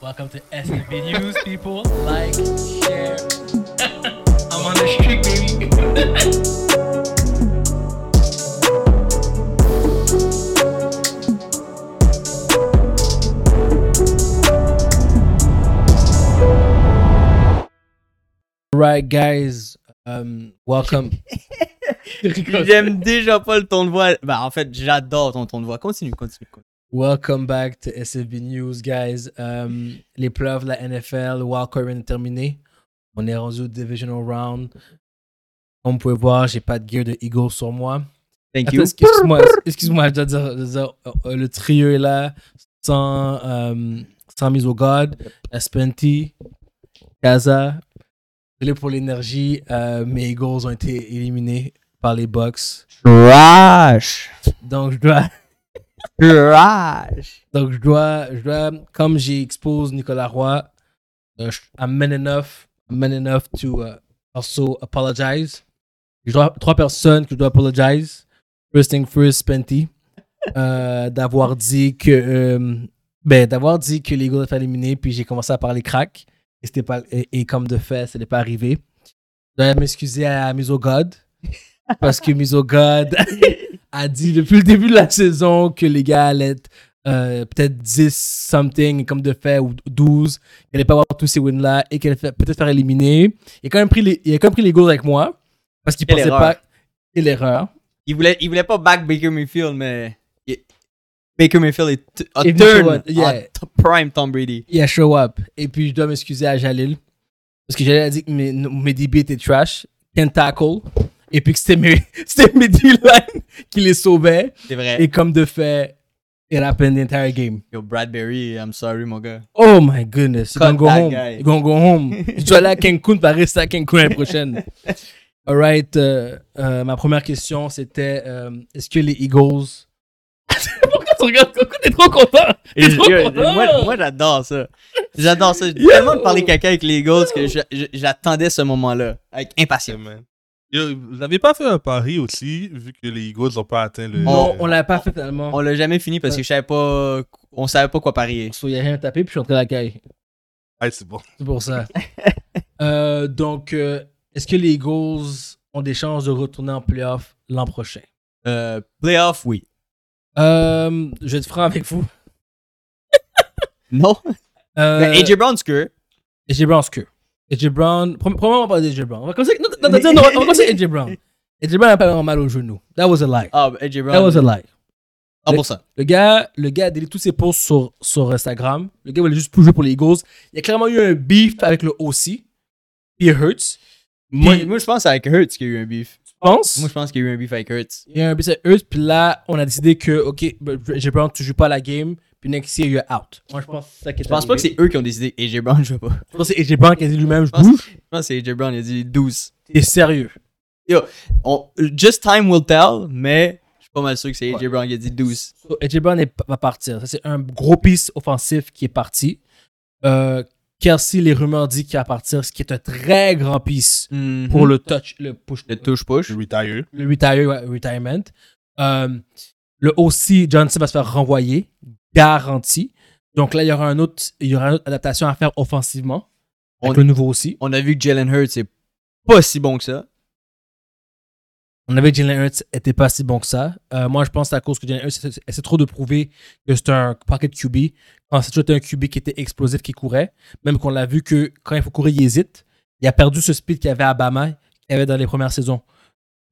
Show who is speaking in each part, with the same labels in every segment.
Speaker 1: Welcome to SFB News, people. Like, share. I'm on the street, baby. Right, guys. Um, welcome.
Speaker 2: J'aime déjà pas le ton de voix. Bah, en fait, j'adore ton ton de voix. Continue, continue. continue.
Speaker 1: Welcome back to SFB News, guys. Um, L'épreuve de la NFL, le Walker est terminée. On est rendu au divisional round. Comme vous pouvez voir, j'ai pas de gear de Eagle sur moi.
Speaker 2: Thank
Speaker 1: Attends,
Speaker 2: you.
Speaker 1: Excuse-moi, excuse-moi, je dois dire, je dois dire, euh, euh, le trio est là sans, euh, sans mise au god. Aspenti, Kaza. Désolé pour l'énergie. euh, mes Eagles ont été éliminés par les Bucks.
Speaker 2: Trash.
Speaker 1: Donc je dois,
Speaker 2: Trash.
Speaker 1: donc je dois, je dois comme j'ai expose Nicolas Roy, euh, je- I'm man enough, I'm man enough to uh, also apologize. Je dois trois personnes que je dois apologize. First thing first, Spenty. Euh, d'avoir dit que euh, ben d'avoir dit que les Eagles étaient éliminés puis j'ai commencé à parler crack et c'était pas et, et comme de fait ça n'est pas arrivé je dois m'excuser à Miso God parce que Miso God a dit depuis le début de la saison que les gars allaient être euh, peut-être 10 something et comme de fait ou 12 qu'elle allait pas avoir tous ces wins là et qu'elle allait fa- peut-être faire éliminer il a quand même pris les, il a quand même pris les Eagles avec moi parce qu'il
Speaker 2: Quelle
Speaker 1: pensait
Speaker 2: erreur.
Speaker 1: pas et l'erreur
Speaker 2: Il voulait, il voulait pas back Baker Mayfield, mais. il- Baker Mayfield est t- a
Speaker 1: Il est
Speaker 2: turn
Speaker 1: venu sur- yeah.
Speaker 2: à t- prime Tom Brady.
Speaker 1: Yeah, show up. Et puis, je dois m'excuser à Jalil. Parce que Jalil a dit que mes, nos- mes DB étaient trash, can tackle. Et puis que c'était mes, c'était mes D-line qui les sauvait.
Speaker 2: C'est vrai.
Speaker 1: Et comme de fait, it happened the entire game.
Speaker 2: Yo, Bradbury, I'm sorry, mon gars.
Speaker 1: Oh my goodness. You're gonna
Speaker 2: Cut
Speaker 1: go
Speaker 2: that
Speaker 1: home.
Speaker 2: guy.
Speaker 1: You're gonna go home. je dois aller à Cancun, pas rester à Cancun l'année prochaine. All right. euh, euh, ma première question, c'était euh, est-ce que les Eagles. Pourquoi tu regardes Cancun? T'es trop content. T'es trop
Speaker 2: Yo,
Speaker 1: content.
Speaker 2: moi, moi, j'adore ça. J'adore ça. J'ai
Speaker 1: Yo.
Speaker 2: tellement parlé caca avec les Eagles que je- je- j'attendais ce moment-là. Avec impatience.
Speaker 3: Man. Yo, vous n'avez pas fait un pari aussi, vu que les Eagles n'ont pas atteint le.
Speaker 1: non, on l'a pas fait tellement.
Speaker 2: euh, On l'a jamais fini parce que je savais pas. On savait pas quoi parier.
Speaker 1: So, il n'y a rien tapé, puis je suis entré à la caille.
Speaker 3: Ah, c'est bon.
Speaker 1: C'est pour ça. Euh, donc, euh, est-ce que les Eagles ont des chances de retourner en playoff l'an prochain?
Speaker 2: Euh, playoff, oui.
Speaker 1: Euh, je vais être franc avec vous.
Speaker 2: Non.
Speaker 1: Euh,
Speaker 2: Mais AJ Brown, c'est que.
Speaker 1: AJ Brown, ce que. AJ Brown, prom- premièrement, on va parler d'AJ Brown. On va commencer, non, non, non, non, on va commencer avec AJ Brown. AJ Brown a pas vraiment mal au genou. That was a lie.
Speaker 2: Ah, bah, AJ
Speaker 1: That
Speaker 2: Brown.
Speaker 1: was a lie.
Speaker 2: 100%.
Speaker 1: Le gars, le gars a délai tous ses posts sur, sur Instagram. Le gars voulait juste plus jouer pour les Eagles. Il y a clairement eu un beef avec le OC. Puis Hurts.
Speaker 2: Moi, moi, je pense que c'est avec Hurts qu'il y a eu un beef.
Speaker 1: Je pense.
Speaker 2: Moi, je pense qu'il y a eu un beef avec Hurts.
Speaker 1: Il y a un business eux, puis là, on a décidé que, OK, ben, j'ai pas tu joues pas à la game, puis next year, you're out. Moi, je pense que c'est ça qui est
Speaker 2: Je pense pas que c'est eux qui ont décidé que AJ Brown joue pas. Je
Speaker 1: Je pense que c'est AJ Brown qui a dit lui-même, je
Speaker 2: pense-
Speaker 1: bouge.
Speaker 2: pense que c'est AJ Brown, il a dit 12.
Speaker 1: T'es sérieux.
Speaker 2: On- Just time will tell, mais je suis pas mal sûr que c'est AJ
Speaker 1: Ouais.
Speaker 2: Brown qui a dit 12.
Speaker 1: So, AJ Brown est- va partir. Ça, c'est un gros piece offensif qui est parti. Euh, Kelsey, les rumeurs disent qu'il va partir, ce qui est un très grand piece pour le touch, le push,
Speaker 2: le touche-push.
Speaker 3: Je retire.
Speaker 1: le retire- ouais, retirement. Euh, le aussi, Johnson va se faire renvoyer, garanti. Donc là, il y aura un autre, il y aura une autre adaptation à faire offensivement. Avec
Speaker 2: On-
Speaker 1: le nouveau aussi.
Speaker 2: On a vu que Jalen Hurts, c'est pas si bon que ça.
Speaker 1: On avait Jalen Hurts était pas si bon que ça. Euh, moi, je pense que c'est à cause que Jalen Hurts essa- essaie trop de prouver que c'est un pocket QB. Quand c'est toujours été un QB qui était explosif, qui courait, même qu'on l'a vu que quand il faut courir, il hésite. Il a perdu ce speed qu'il avait à Bama, qu'il avait dans les premières saisons.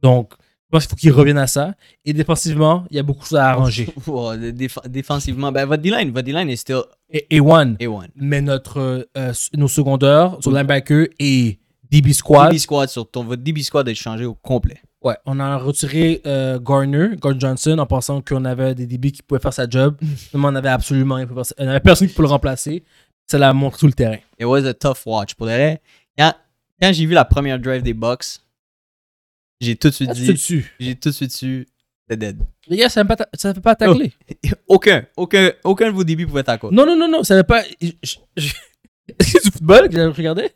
Speaker 1: Donc, je pense qu'il faut qu'il revienne à ça. Et défensivement, il y a beaucoup de choses à arranger.
Speaker 2: Wow, le déf- défensivement, ben, votre D-line, votre D-line est still
Speaker 1: Et, et one,
Speaker 2: A1.
Speaker 1: mais notre, euh, euh, nos secondaires, sur linebacker et DB squad,
Speaker 2: DB squad sur ton, votre DB squad est changé au complet.
Speaker 1: Ouais, on a retiré euh, Garner, Gordon Johnson, en pensant qu'on avait des DB qui pouvaient faire sa job. Finalement, on avait absolument rien pour faire ça. On avait personne qui pouvait le remplacer. Ça l'a montré sous le terrain.
Speaker 2: It was a tough watch. Pour le vrai, quand, quand j'ai vu la première drive des Bucks, j'ai tout de suite
Speaker 1: Là, Ah, tu te
Speaker 2: dit,
Speaker 1: dessus.
Speaker 2: j'ai tout de suite su, c'est dead.
Speaker 1: Les gars, ça ne savait pas tacler.
Speaker 2: Aucun, aucun, aucun de vos débuts pouvait être à
Speaker 1: Non, non, non, non, ça ne pas. je- je- je- Est-ce que c'est du football que j'avais regardé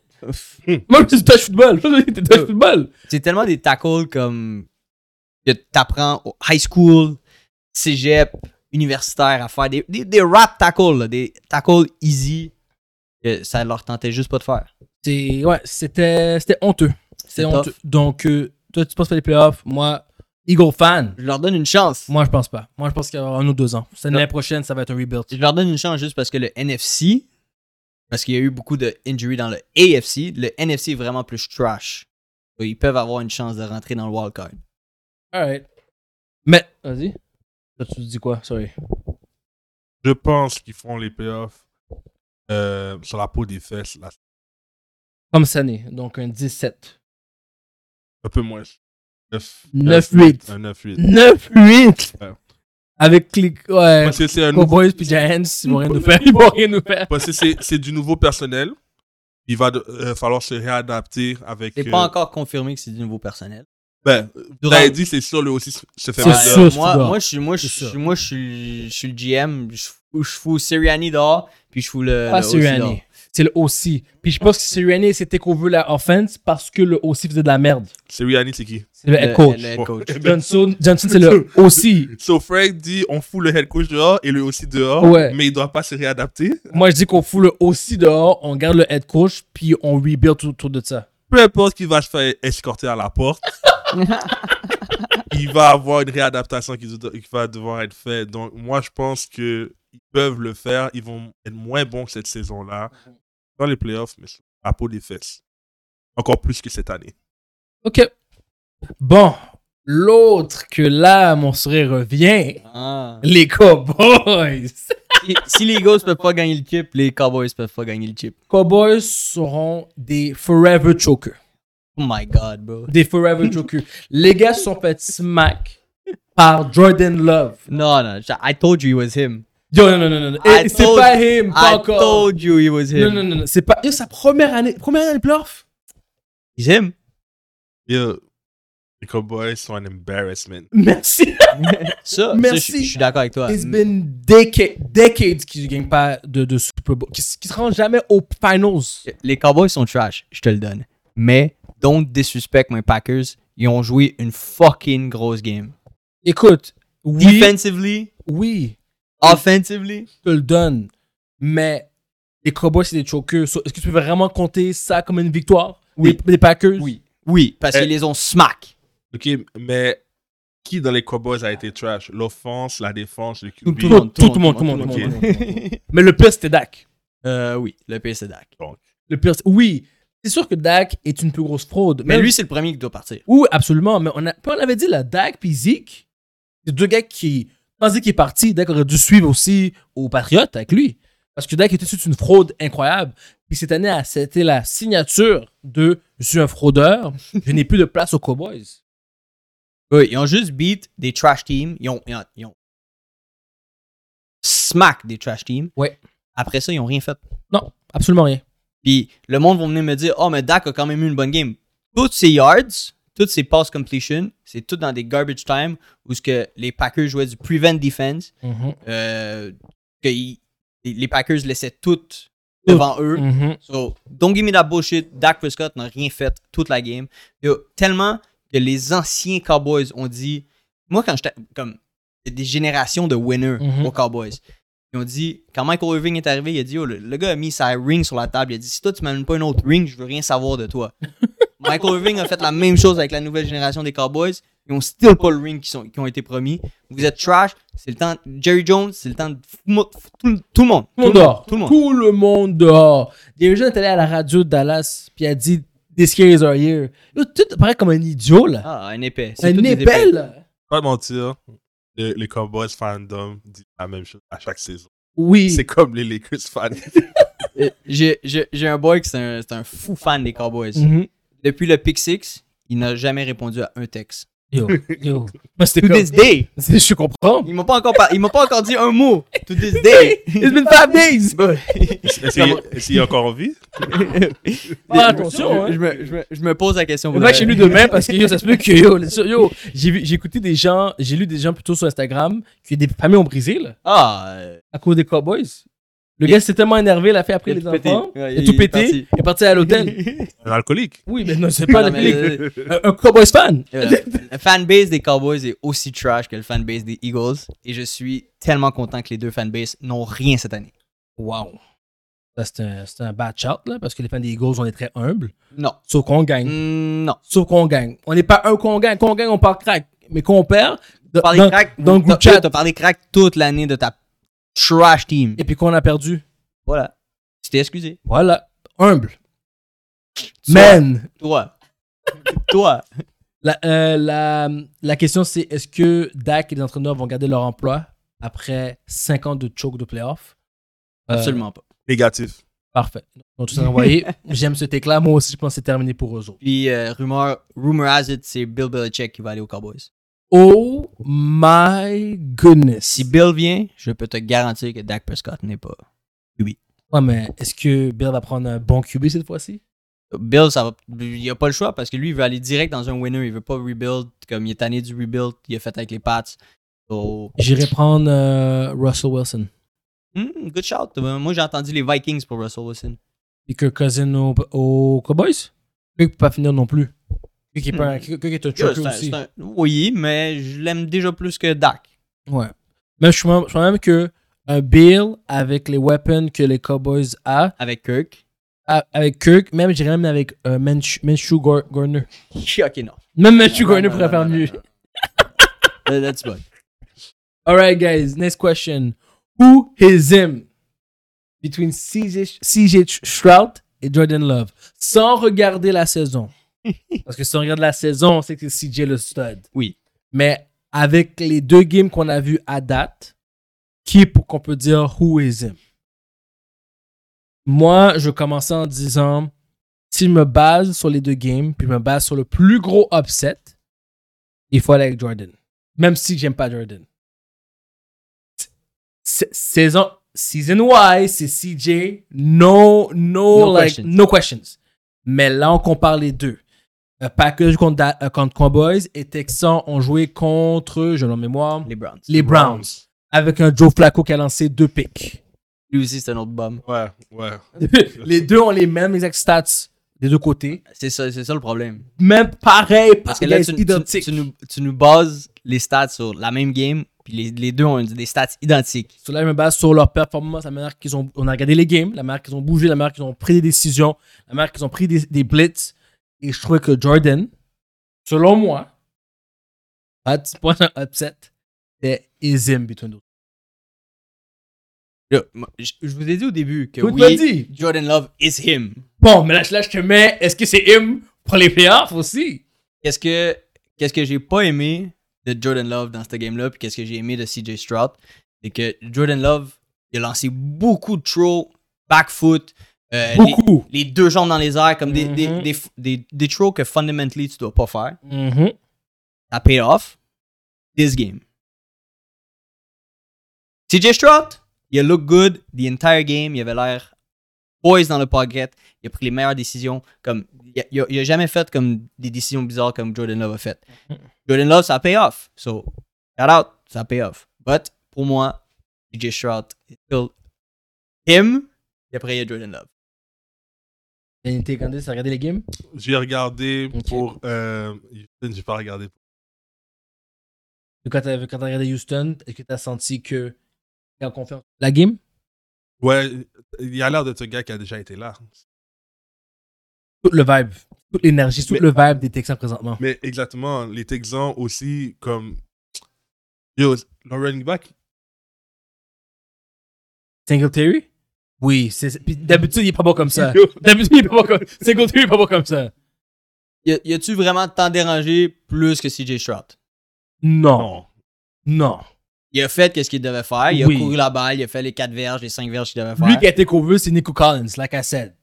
Speaker 1: Moi, je me suis dit, touch football. Je me suis dit, touch football.
Speaker 2: C'est tellement des tackles comme que t'apprends au high school, cégep, universitaire à faire des, des, des rap tackles, là, des tackles easy que ça leur tentait juste pas de faire.
Speaker 1: C'est- ouais, c'était c'était honteux.
Speaker 2: C'est
Speaker 1: C'était honteux. Donc, euh, toi, tu penses pas les playoffs. Moi, Eagle fan.
Speaker 2: Je leur donne une chance.
Speaker 1: Moi, je pense pas. Moi, je pense qu'il y aura un ou deux ans. C'est
Speaker 2: Non.
Speaker 1: L'année prochaine, ça va être un rebuild.
Speaker 2: Je leur donne une chance juste parce que le NFC, parce qu'il y a eu beaucoup de injuries dans le AFC, le NFC est vraiment plus trash. Ils peuvent avoir une chance de rentrer dans le wildcard.
Speaker 1: Alright. Mais, vas-y. Toi, tu dis quoi? Sorry.
Speaker 3: Je pense qu'ils font les playoffs euh, sur la peau des fesses, là.
Speaker 1: Comme cette année. Donc, un 17.
Speaker 3: un peu moins. 9,
Speaker 1: 9-8.
Speaker 3: Un 9-8.
Speaker 1: 9-8!
Speaker 3: Ouais.
Speaker 1: Avec click. Ouais.
Speaker 3: Parce que c'est un nouveau-
Speaker 1: Cowboys puis Giants, ils vont rien nous faire. Ils vont rien nous faire.
Speaker 3: parce que c'est- c'est du nouveau personnel. Il va de- euh, falloir se réadapter avec.
Speaker 2: C'est
Speaker 3: euh,
Speaker 2: pas encore confirmé que c'est du nouveau personnel.
Speaker 3: Ben,
Speaker 2: Durant-
Speaker 3: t'avais dit, c'est sûr, lui aussi se- se fait
Speaker 1: C'est
Speaker 3: mal.
Speaker 2: Ouais, euh,
Speaker 1: sûr, c'est
Speaker 2: moi,
Speaker 1: dehors.
Speaker 2: moi, je suis, moi, je,
Speaker 1: C'est sûr.
Speaker 2: suis- moi, je suis, je suis le GM. Je, fous- je fous Sirianni dehors, puis je fous le.
Speaker 1: Pas
Speaker 2: le OC dehors.
Speaker 1: Sirianni. C'est le OC. Puis je pense que Sirianni, c'était qu'on veut la offense parce que le OC faisait de la merde.
Speaker 3: C'est Rihanna, c'est qui
Speaker 1: C'est le head coach.
Speaker 2: le head
Speaker 3: Bon.
Speaker 2: coach.
Speaker 1: Johnson, Johnson c'est le OC.
Speaker 3: So Frank dit on fout le head coach dehors et lui aussi dehors,
Speaker 1: Ouais.
Speaker 3: mais il doit pas se réadapter.
Speaker 1: Moi, je dis qu'on fout le OC dehors, on garde le head coach, puis on rebuild tout autour de ça.
Speaker 3: Peu importe qu'il va se faire escorter à la porte, il va avoir une réadaptation qui, do- qui va devoir être faite. Donc moi je pense que ils peuvent le faire, ils vont être moins bons que cette saison-là dans les playoffs, mais sur la peau des fesses. Encore plus que cette année.
Speaker 1: OK. Bon, l'autre que là, mon sourire revient,
Speaker 2: Ah.
Speaker 1: les Cowboys.
Speaker 2: si, si les Eagles peuvent pas gagner le chip, les Cowboys peuvent pas gagner le chip.
Speaker 1: Cowboys seront des forever chokers.
Speaker 2: Oh my god, bro.
Speaker 1: Des forever chokers. Les gars se sont fait smack par Jordan Love.
Speaker 2: Non, non, je- I told you it was him.
Speaker 1: Yo, non, non, non, non.
Speaker 2: I
Speaker 1: Et C'est
Speaker 2: told-
Speaker 1: pas him, pas
Speaker 2: I
Speaker 1: encore.
Speaker 2: told you it was him.
Speaker 1: Non, non, non, non. C'est pas. Yo, sa première année, première année de playoff.
Speaker 2: It's him.
Speaker 3: Yo, les Cowboys sont un embarrassment.
Speaker 1: Merci.
Speaker 2: Ça, ça,
Speaker 1: Merci.
Speaker 2: je suis- je suis d'accord avec toi. Mm.
Speaker 1: It's been decades, decades qu'ils ne gagnent pas de, de Super Bowl, qu'ils ne se rendent jamais aux finals.
Speaker 2: Les Cowboys sont trash, je te le donne. Mais don't disrespect my Packers. Ils ont joué une fucking grosse game.
Speaker 1: Écoute, oui,
Speaker 2: Defensively,
Speaker 1: oui,
Speaker 2: offensively.
Speaker 1: je te le donne, mais les Cowboys, c'est des chokers. So, Est-ce que tu peux vraiment compter ça comme une victoire
Speaker 2: Oui.
Speaker 1: des, des Packers?
Speaker 2: Oui, parce
Speaker 3: Eh.
Speaker 2: qu'ils les ont smack.
Speaker 3: Ok, mais qui dans les Cowboys a été trash L'offense, la défense, le
Speaker 1: Tout,
Speaker 3: QB.
Speaker 1: tout le monde, tout le monde, tout le monde, tout le monde. Mais le pire, c'était Dak.
Speaker 2: Euh, oui, le pire, c'est Dak.
Speaker 1: Le pire, c'est- oui, c'est sûr que Dak est une plus grosse fraude.
Speaker 2: Mais
Speaker 1: Même-
Speaker 2: lui, c'est le premier qui doit partir.
Speaker 1: Oui, absolument. Mais on, a, puis on avait dit, la Dak puis Zeke, c'est deux gars qui, quand Zeke est parti, Dak aurait dû suivre aussi aux Patriots avec lui. Parce que Dak était juste une fraude incroyable. Puis cette année, c'était la signature de « Je suis un fraudeur, je n'ai plus de place aux Cowboys
Speaker 2: Oui, ils ont juste beat des trash teams. Ils ont, ils ont, ils ont smack des trash teams.
Speaker 1: Ouais.
Speaker 2: Après ça, ils ont rien fait. ».
Speaker 1: Non, absolument rien.
Speaker 2: Puis le monde va venir me dire Oh, mais Dak a quand même eu une bonne game. Toutes ses yards, toutes ses passes completion, c'est tout dans des garbage time où ce que les Packers jouaient du prevent defense. euh, que ils- les Packers laissaient toutes devant eux.
Speaker 1: Mm-hmm.
Speaker 2: So, don't give me that bullshit. Dak Prescott n'a rien fait toute la game. Il y a tellement que les anciens Cowboys ont dit. Moi, quand j'étais. Comme. il y a des générations de winners
Speaker 1: Mhm.
Speaker 2: aux Cowboys. Ils ont dit. Quand Michael Irving est arrivé, il a dit Yo, le, le gars a mis sa ring sur la table. Il a dit Si toi, tu m'amènes pas une autre ring, je veux rien savoir de toi. Michael Irving a fait la même chose avec la nouvelle génération des Cowboys. Ils ont still pas le ring qui, sont, qui ont été promis. Vous êtes trash. C'est le temps. Jerry Jones, c'est le temps de. fou- Tout, tout le monde.
Speaker 1: Tout le monde dehors.
Speaker 2: Tout le monde.
Speaker 1: Tout le monde dehors. Des jeunes est allé à la radio de Dallas, puis a dit « This years are here ». Yo, Tu te parais comme un idiot, là.
Speaker 2: Ah, un épais. C'est
Speaker 1: Un
Speaker 2: tout des épais.
Speaker 1: épais, là.
Speaker 3: Pas mentir, le- les Cowboys fandom disent la même chose à chaque saison.
Speaker 1: Oui.
Speaker 3: C'est comme les Lakers fans.
Speaker 2: Euh, J'ai j'ai- j'ai un boy qui c'est un, c'est un fou fan des Cowboys.
Speaker 1: Mhm.
Speaker 2: Depuis le Pick Six, il n'a jamais répondu à un texte.
Speaker 1: Yo, yo. Moi, c'était
Speaker 2: To
Speaker 1: comme...
Speaker 2: this day!
Speaker 1: C'est- Je comprends.
Speaker 2: Il m'a pas encore par- il m'a pas encore dit un mot! To this day!
Speaker 1: It's been five days.
Speaker 3: Est-ce qu'il- est-ce qu'il est encore en vie
Speaker 1: Ah, attention, hein.
Speaker 2: je, me, je, me, je me pose la question.
Speaker 1: Le mec chez lui demain parce que yo, ça se peut que yo, les- yo, j'ai vu- j'ai écouté des gens, j'ai lu des gens plutôt sur Instagram que des familles ont brisé là,
Speaker 2: Ah! euh,
Speaker 1: à cause des cowboys. Le gars s'est tellement énervé, il a fait après
Speaker 2: Il a
Speaker 1: les
Speaker 2: tout pété.
Speaker 1: enfants,
Speaker 2: Ouais,
Speaker 1: il a
Speaker 2: il
Speaker 1: tout
Speaker 2: est
Speaker 1: pété,
Speaker 2: parti.
Speaker 1: il est parti à l'hôtel.
Speaker 3: Un alcoolique
Speaker 1: Oui, mais non, c'est pas
Speaker 2: Non,
Speaker 1: le
Speaker 2: euh, mais,
Speaker 1: public.
Speaker 2: euh,
Speaker 1: Un, un cowboys fan.
Speaker 2: euh, la fanbase des Cowboys est aussi trash que le fanbase des Eagles. Et je suis tellement content que les deux fanbases n'ont rien cette année.
Speaker 1: Wow. Ça, c'est un, c'est un bad shot, là, parce que les fans des Eagles, on est très humbles.
Speaker 2: Non.
Speaker 1: Sauf qu'on gagne.
Speaker 2: Mm, non.
Speaker 1: Sauf qu'on gagne. On n'est pas un qu'on gagne. Qu'on gagne, on parle crack. Mais qu'on perd,
Speaker 2: T'as parlé
Speaker 1: dans,
Speaker 2: crack,
Speaker 1: dans le
Speaker 2: t'as-
Speaker 1: groupe chat,
Speaker 2: t'as parlé crack toute l'année de ta trash team.
Speaker 1: et puis qu'on a perdu.
Speaker 2: Voilà. Tu t'es excusé.
Speaker 1: Voilà. Humble.
Speaker 2: Toi,
Speaker 1: Man,
Speaker 2: Toi. toi.
Speaker 1: La, euh, la, la question, c'est est-ce que Dak et les entraîneurs vont garder leur emploi après 5 ans de choke de playoff Euh,
Speaker 2: Absolument pas.
Speaker 3: Négatif.
Speaker 1: Parfait. Donc, tout ça envoyé. J'aime ce take-là. Moi aussi, je pense que c'est terminé pour eux autres.
Speaker 2: Puis, euh, rumor, rumor has it, c'est Bill Belichick qui va aller aux Cowboys.
Speaker 1: Oh my goodness.
Speaker 2: Si Bill vient, je peux te garantir que Dak Prescott n'est pas.
Speaker 1: Ouais, mais est-ce que Bill va prendre un bon QB cette fois-ci
Speaker 2: Bill, ça va, il a pas le choix parce que lui, il veut aller direct dans un winner. Il veut pas rebuild. Comme il est tanné du rebuild, il a fait avec les Pats. So,
Speaker 1: J'irai prendre euh, Russell Wilson.
Speaker 2: hmm, good shout. Euh, Moi, j'ai entendu les Vikings pour Russell Wilson.
Speaker 1: Et que Cousin aux aux Cowboys Lui qui peut pas finir non plus. Lui qui est, pas, un- qui- qui est un
Speaker 2: Yeah,
Speaker 1: choker
Speaker 2: c'est un-
Speaker 1: aussi.
Speaker 2: c'est un- oui, mais je l'aime déjà plus que Dak.
Speaker 1: Ouais. Mais je pense je pense même que un Bill avec les weapons que les Cowboys a,
Speaker 2: Avec Kirk.
Speaker 1: a- avec Kirk, même j'irais même avec euh, Manch- Minshew Gor- Gorner.
Speaker 2: Ok, non.
Speaker 1: Même Minshew
Speaker 2: Non,
Speaker 1: Gorner
Speaker 2: non,
Speaker 1: pourrait
Speaker 2: non,
Speaker 1: faire
Speaker 2: non,
Speaker 1: mieux.
Speaker 2: non, non. Euh, That's bad.
Speaker 1: Alright guys, next question. Who is him between CJ CJ Stroud et Jordan Love? Sans regarder la saison. Parce que si on regarde la saison, on sait que c'est CJ le stud.
Speaker 2: Oui.
Speaker 1: Mais avec les deux games qu'on a vus à date, qui est pour qu'on peut dire who is him? Moi, je commençais en disant si je me base sur les deux games, puis je me base sur le plus gros upset, il faut aller avec Jordan. Même si j'aime pas Jordan. S- Saison, season Y, c'est CJ. No, no,
Speaker 2: No
Speaker 1: like,
Speaker 2: questions.
Speaker 1: no questions. Mais là, on compare les deux. Euh, Packers contre, Da- euh, contre Cowboys et Texans ont joué contre, je l'ai en mémoire,
Speaker 2: Les Browns.
Speaker 1: les Browns. Avec un Joe Flacco qui a lancé deux picks.
Speaker 2: Lui aussi, c'est un autre bum.
Speaker 3: Ouais, ouais.
Speaker 1: les deux ont les mêmes exact stats des deux côtés.
Speaker 2: C'est ça, c'est ça le problème.
Speaker 1: Même pareil, parce
Speaker 2: Parce que
Speaker 1: qu'il
Speaker 2: là,
Speaker 1: est
Speaker 2: tu, tu-
Speaker 1: identique.
Speaker 2: tu nous, tu nous bases les stats sur la même game, puis les, les deux ont des stats identiques.
Speaker 1: Cela, je me base sur leur performance, la manière qu'ils ont. On a regardé les games, la manière qu'ils ont bougé, la manière qu'ils ont pris des décisions, la manière qu'ils ont pris des, des blitz. Et je trouvais que Jordan, selon moi, à petit point un upset, c'est Izim between those.
Speaker 2: Là, moi, Je, je vous ai dit au début que
Speaker 1: Tout
Speaker 2: oui,
Speaker 1: l'a dit.
Speaker 2: Jordan Love is him.
Speaker 1: Bon, mais là, là, je te mets, est-ce que c'est him pour les playoffs aussi?
Speaker 2: Qu'est-ce que qu'est-ce que j'ai pas aimé de Jordan Love dans cette game-là, puis qu'est-ce que j'ai aimé de CJ Stroud, c'est que Jordan Love, il a lancé beaucoup de throws, back foot, euh, les-
Speaker 1: Beaucoup.
Speaker 2: les, deux jambes dans les airs, comme des, des-
Speaker 1: Mhm.
Speaker 2: des, f- des, des throws que fundamentally tu dois pas faire. Ça paid off this game. CJ Stroud, il a look good the entire game. Il avait l'air boys dans le pocket. Il a pris les meilleures décisions. Comme, il, a, il a- il a jamais fait comme des décisions bizarres comme Jordan Love a fait. Jordan Love, ça paid off. So, shout out, ça paid off. But pour moi, CJ Stroud, it's still him. Et après, il y a Jordan Love.
Speaker 1: T'as été candidat, t'as regardé les games?
Speaker 3: J'ai regardé
Speaker 1: Ok.
Speaker 3: pour. Euh... Houston, J'ai pas regardé.
Speaker 1: Quand t'as quand t'as regardé Houston, est-ce que t'as senti que. t'es en confiance? La game?
Speaker 3: Ouais, il a l'air d'être un gars qui a déjà été là.
Speaker 1: Tout le vibe. Toute l'énergie, tout
Speaker 3: Mais-
Speaker 1: le vibe des Texans présentement.
Speaker 3: Mais exactement, les Texans aussi, comme. Yo, le running back,
Speaker 1: Singletary? Oui, c'est- puis d'habitude, il est pas bon comme ça. d'habitude, il est pas bon comme ça. Singletary, il est pas bon comme ça.
Speaker 2: Y a- Y a-tu vraiment tant dérangé plus que CJ Stroud?
Speaker 1: Non,
Speaker 3: non.
Speaker 1: non.
Speaker 2: Il a fait ce qu'il devait faire. Il a
Speaker 1: Oui.
Speaker 2: couru la balle, il a fait les 4 verges, les 5 verges qu'il devait faire.
Speaker 1: Lui qui a takeover, c'est Nico Collins, like I said.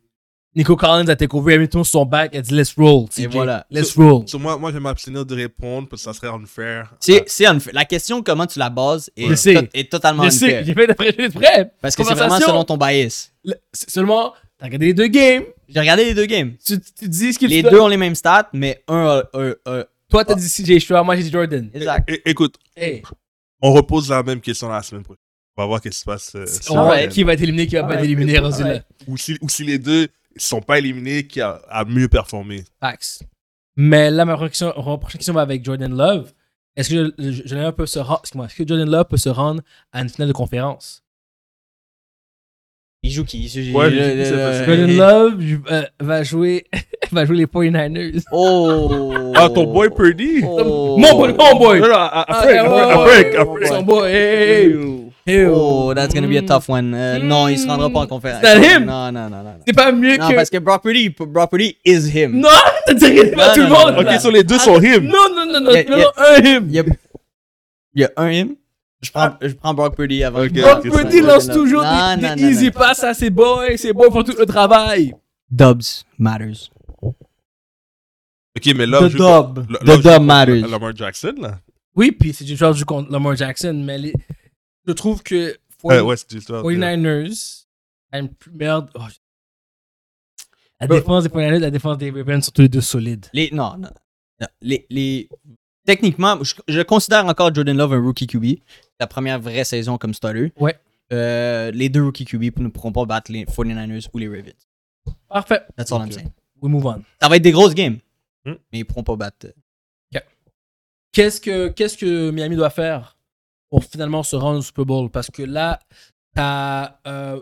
Speaker 1: Nico Collins a takeover, Hamilton sur son back, il a dit let's roll. CJ.
Speaker 2: voilà.
Speaker 1: Let's roll.
Speaker 3: So, moi, moi, je vais m'abstenir de répondre parce que ça serait unfair. Euh,
Speaker 2: C'est, c'est unfair. La question comment tu la bases est,
Speaker 1: Je sais.
Speaker 2: to- est totalement
Speaker 1: Je sais,
Speaker 2: unfair.
Speaker 1: j'ai fait d'après, j'ai fait prêt.
Speaker 2: Parce que c'est vraiment
Speaker 1: Conversation.
Speaker 2: selon ton bias.
Speaker 1: Le- c'est Seulement, t'as regardé les deux games,
Speaker 2: J'ai regardé les deux games.
Speaker 1: tu, tu dis ce qu'il
Speaker 2: Les deux ont les mêmes stats, mais un a. un- un-
Speaker 1: Toi, t'as dit CJ Stroud, moi j'ai dit Jordan.
Speaker 2: exact.
Speaker 3: É- écoute,
Speaker 1: Hey,
Speaker 3: on repose la même question la semaine prochaine. On va voir qu'est-ce qui se passe. euh,
Speaker 1: on va-
Speaker 2: Alright.
Speaker 1: qui va être éliminé, qui va pas être
Speaker 2: Alright.
Speaker 1: éliminé, rendu là.
Speaker 2: Alright.
Speaker 3: ou, si, ou si les deux sont pas éliminés, qui a, a mieux performé.
Speaker 1: Facts. Mais là, ma prochaine question, ma prochaine question va avec Jordan Love. Est-ce que, je- je- Jordan Love peut se rend- excuse-moi, est-ce que Jordan Love peut se rendre à une finale de conférence?
Speaker 2: Il joue qui Il joue-
Speaker 3: Ouais,
Speaker 2: le-
Speaker 3: j'ai dit que
Speaker 2: le-
Speaker 3: c'est facile.
Speaker 2: le-
Speaker 1: Golden Love ju- euh, va, jouer, va jouer les 49ers.
Speaker 2: Oh
Speaker 3: Ah, ton boy Purdy?
Speaker 2: Oh.
Speaker 1: Mon boy, mon boy!
Speaker 3: Non, non, à- à- après,
Speaker 1: Ah, ouais, ouais, ouais,
Speaker 3: après, après, après.
Speaker 1: ouais, Son boy, hey, hey. Hey,
Speaker 2: Oh, that's gonna be a tough one. Euh,
Speaker 1: Mm.
Speaker 2: Non, il se rendra pas en conférence.
Speaker 1: It's not him.
Speaker 2: Non, non, non, non. non.
Speaker 1: C'est pas mieux
Speaker 2: Non,
Speaker 1: que.
Speaker 2: parce que Brock Purdy, Brock Purdy is him.
Speaker 1: Non, t'as dit rien
Speaker 2: Non,
Speaker 1: pas tout le
Speaker 2: non, non,
Speaker 1: monde!
Speaker 2: non.
Speaker 1: là.
Speaker 3: Ok, sur les deux sont him.
Speaker 1: Non, non, non, non,
Speaker 2: Y a-
Speaker 1: non,
Speaker 2: y a-
Speaker 1: non, un him!
Speaker 2: Il y a, il y a un him. Je prends, je prends Brock Purdy avant.
Speaker 3: Ok,
Speaker 1: Ah. Brock
Speaker 3: ok,
Speaker 1: Purdy
Speaker 3: ça,
Speaker 1: lance
Speaker 2: Non,
Speaker 1: toujours
Speaker 2: non,
Speaker 1: des,
Speaker 2: non,
Speaker 1: des
Speaker 2: non,
Speaker 1: easy
Speaker 2: non.
Speaker 1: pass à ses boys, ses boys font tout le travail.
Speaker 2: Dubs matters.
Speaker 3: Ok, mais là,
Speaker 2: The
Speaker 3: je-
Speaker 2: dub.
Speaker 3: là, là,
Speaker 2: The
Speaker 3: je-
Speaker 2: dub matters.
Speaker 3: Lamar Jackson, là.
Speaker 1: Oui, puis c'est du genre du contre Lamar Jackson, mais les- je trouve que 40
Speaker 3: Euh, Ouais, ouais, c'est juste ça.
Speaker 1: 49ers a une plus- merde. oh, je- la
Speaker 2: Bro.
Speaker 1: défense des 49ers, la défense des Ravens sont tous les deux solides.
Speaker 2: Les, non, non. non. Les, les, techniquement, je, je considère encore Jordan Love un rookie QB. La première vraie saison comme starter.
Speaker 1: Ouais.
Speaker 2: Euh, les deux rookie QB ne pourront pas battre les 49ers ou les Ravens.
Speaker 1: Parfait.
Speaker 2: That's all I'm
Speaker 3: Ok.
Speaker 2: saying.
Speaker 1: We move on.
Speaker 2: Ça va être des grosses games.
Speaker 3: Hmm.
Speaker 2: Mais ils pourront pas battre. euh,
Speaker 1: Qu'est-ce que, qu'est-ce que Miami doit faire pour finalement se rendre au Super Bowl? Parce que là, t'as. Euh,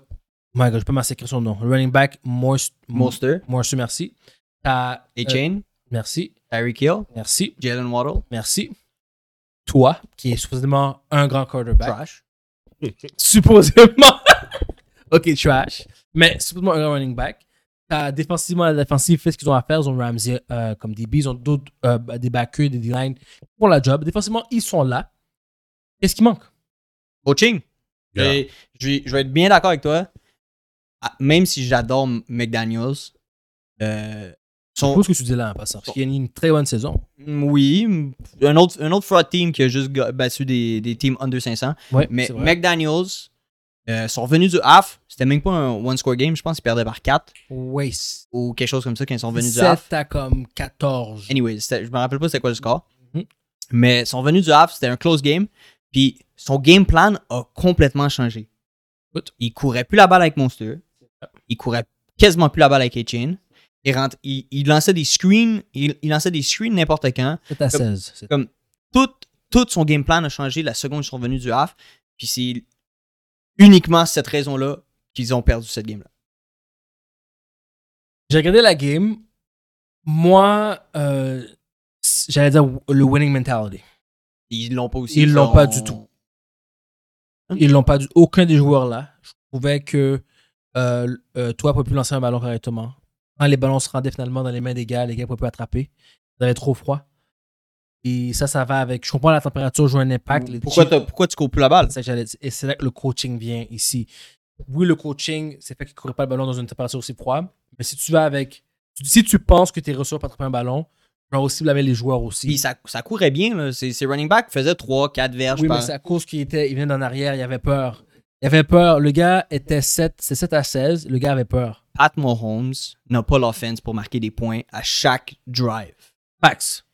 Speaker 1: my God, je peux massacrer son nom. Running back, Morse.
Speaker 2: Monster,
Speaker 1: Morse, merci. T'as.
Speaker 2: A.
Speaker 1: euh,
Speaker 2: Chain,
Speaker 1: merci.
Speaker 2: Tyreek Hill,
Speaker 1: Merci.
Speaker 2: Jalen Waddle,
Speaker 1: Merci. Toi, qui est supposément un grand quarterback.
Speaker 2: Trash.
Speaker 1: supposément. ok, trash. Mais supposément un running back. T'as défensivement la défensive fait ce qu'ils ont à faire. Ils ont Ramsey euh, comme DB. Ils ont d'autres euh, des backers, des D-line pour la job. Défensivement, ils sont là. Qu'est-ce qui manque
Speaker 2: Coaching.
Speaker 3: Yeah.
Speaker 2: Et Je, vais- je vais être bien d'accord avec toi. Ah, Même si j'adore M- McDaniels, euh,
Speaker 1: Je
Speaker 2: son,
Speaker 1: pense que tu dis là en passant. Parce qu'il y a eu une très bonne saison.
Speaker 2: mm, oui, m- un autre, un autre fraud team qui a juste ga- battu des, des teams under 500.
Speaker 1: Ouais,
Speaker 2: Mais
Speaker 1: c'est vrai.
Speaker 2: McDaniels, euh, sont revenus du half. C'était même pas un one-score game. Je pense qu'ils perdaient par 4
Speaker 1: Ouais, c'est-
Speaker 2: ou quelque chose comme ça quand ils sont venus du half.
Speaker 1: 7 à comme 14.
Speaker 2: Anyway, c'était- je me rappelle pas c'était quoi le score.
Speaker 1: Mhm.
Speaker 2: Mais ils sont venus du half, c'était un close game. Puis son game plan a complètement changé.
Speaker 1: Écoute.
Speaker 2: Il courait plus la balle avec Monster. Il courait quasiment plus la balle avec Etienne. Il, rentre- il, il lançait des screens, il, il lançait des screens n'importe quand.
Speaker 1: 7 à
Speaker 2: Comme-
Speaker 1: 16. c'est-
Speaker 2: Tout, tout son game plan a changé la seconde qu'ils sont venus du half. Puis c'est uniquement cette raison-là qu'ils ont perdu cette game-là.
Speaker 1: J'ai regardé la game. Moi, euh, j'allais dire le winning mentality.
Speaker 2: Ils l'ont pas aussi.
Speaker 1: Ils l'ont pas
Speaker 2: ont-
Speaker 1: du tout. Ils l'ont pas du aucun des joueurs là. Je trouvais que euh, euh, toi, tu pu lancer un ballon correctement. Quand les ballons se rendaient finalement dans les mains des gars, les gars pouvaient plus attraper. Ils avaient trop froid. Et ça, ça va avec. Je comprends la température joue un impact. Les
Speaker 2: Pourquoi,
Speaker 1: Chiefs-
Speaker 2: t'as- pourquoi tu cours plus la balle?
Speaker 1: c'est ça que j'allais dire. Et c'est là que le coaching vient ici. Oui, le coaching, c'est fait qu'il ne courait pas le ballon dans une température aussi froide. Mais si tu vas avec. Si tu penses que tes ressources pas attraper un ballon, tu vas aussi blâmer les joueurs aussi.
Speaker 2: Puis ça, ça courait bien. Là. Ces, ces running backs faisaient 3, 4 verges
Speaker 1: Oui,
Speaker 2: par.
Speaker 1: mais c'est à cause qu'il était, il venait d'en arrière, il avait peur. Il avait peur. Le gars était 7, c'est 7 à 16, le gars avait peur.
Speaker 2: Pat Mahomes n'a pas l'offense pour marquer des points à chaque drive.
Speaker 1: Pax.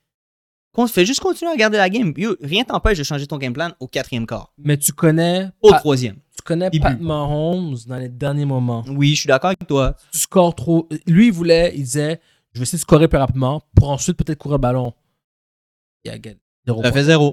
Speaker 2: Qu'on fait juste continuer à regarder la game. Yo, rien t'empêche de changer ton game plan au quatrième quart.
Speaker 1: Mais tu connais,
Speaker 2: Au
Speaker 1: Pat-
Speaker 2: troisième.
Speaker 1: tu connais
Speaker 2: il
Speaker 1: Pat
Speaker 2: pue.
Speaker 1: Mahomes dans les derniers moments.
Speaker 2: Oui, je suis d'accord avec toi.
Speaker 1: Tu scores trop. Lui, il voulait, il disait, je vais essayer de scorer plus rapidement pour ensuite peut-être courir le ballon. Il a gagné. Zéro
Speaker 2: T'as
Speaker 1: point.
Speaker 2: fait zéro.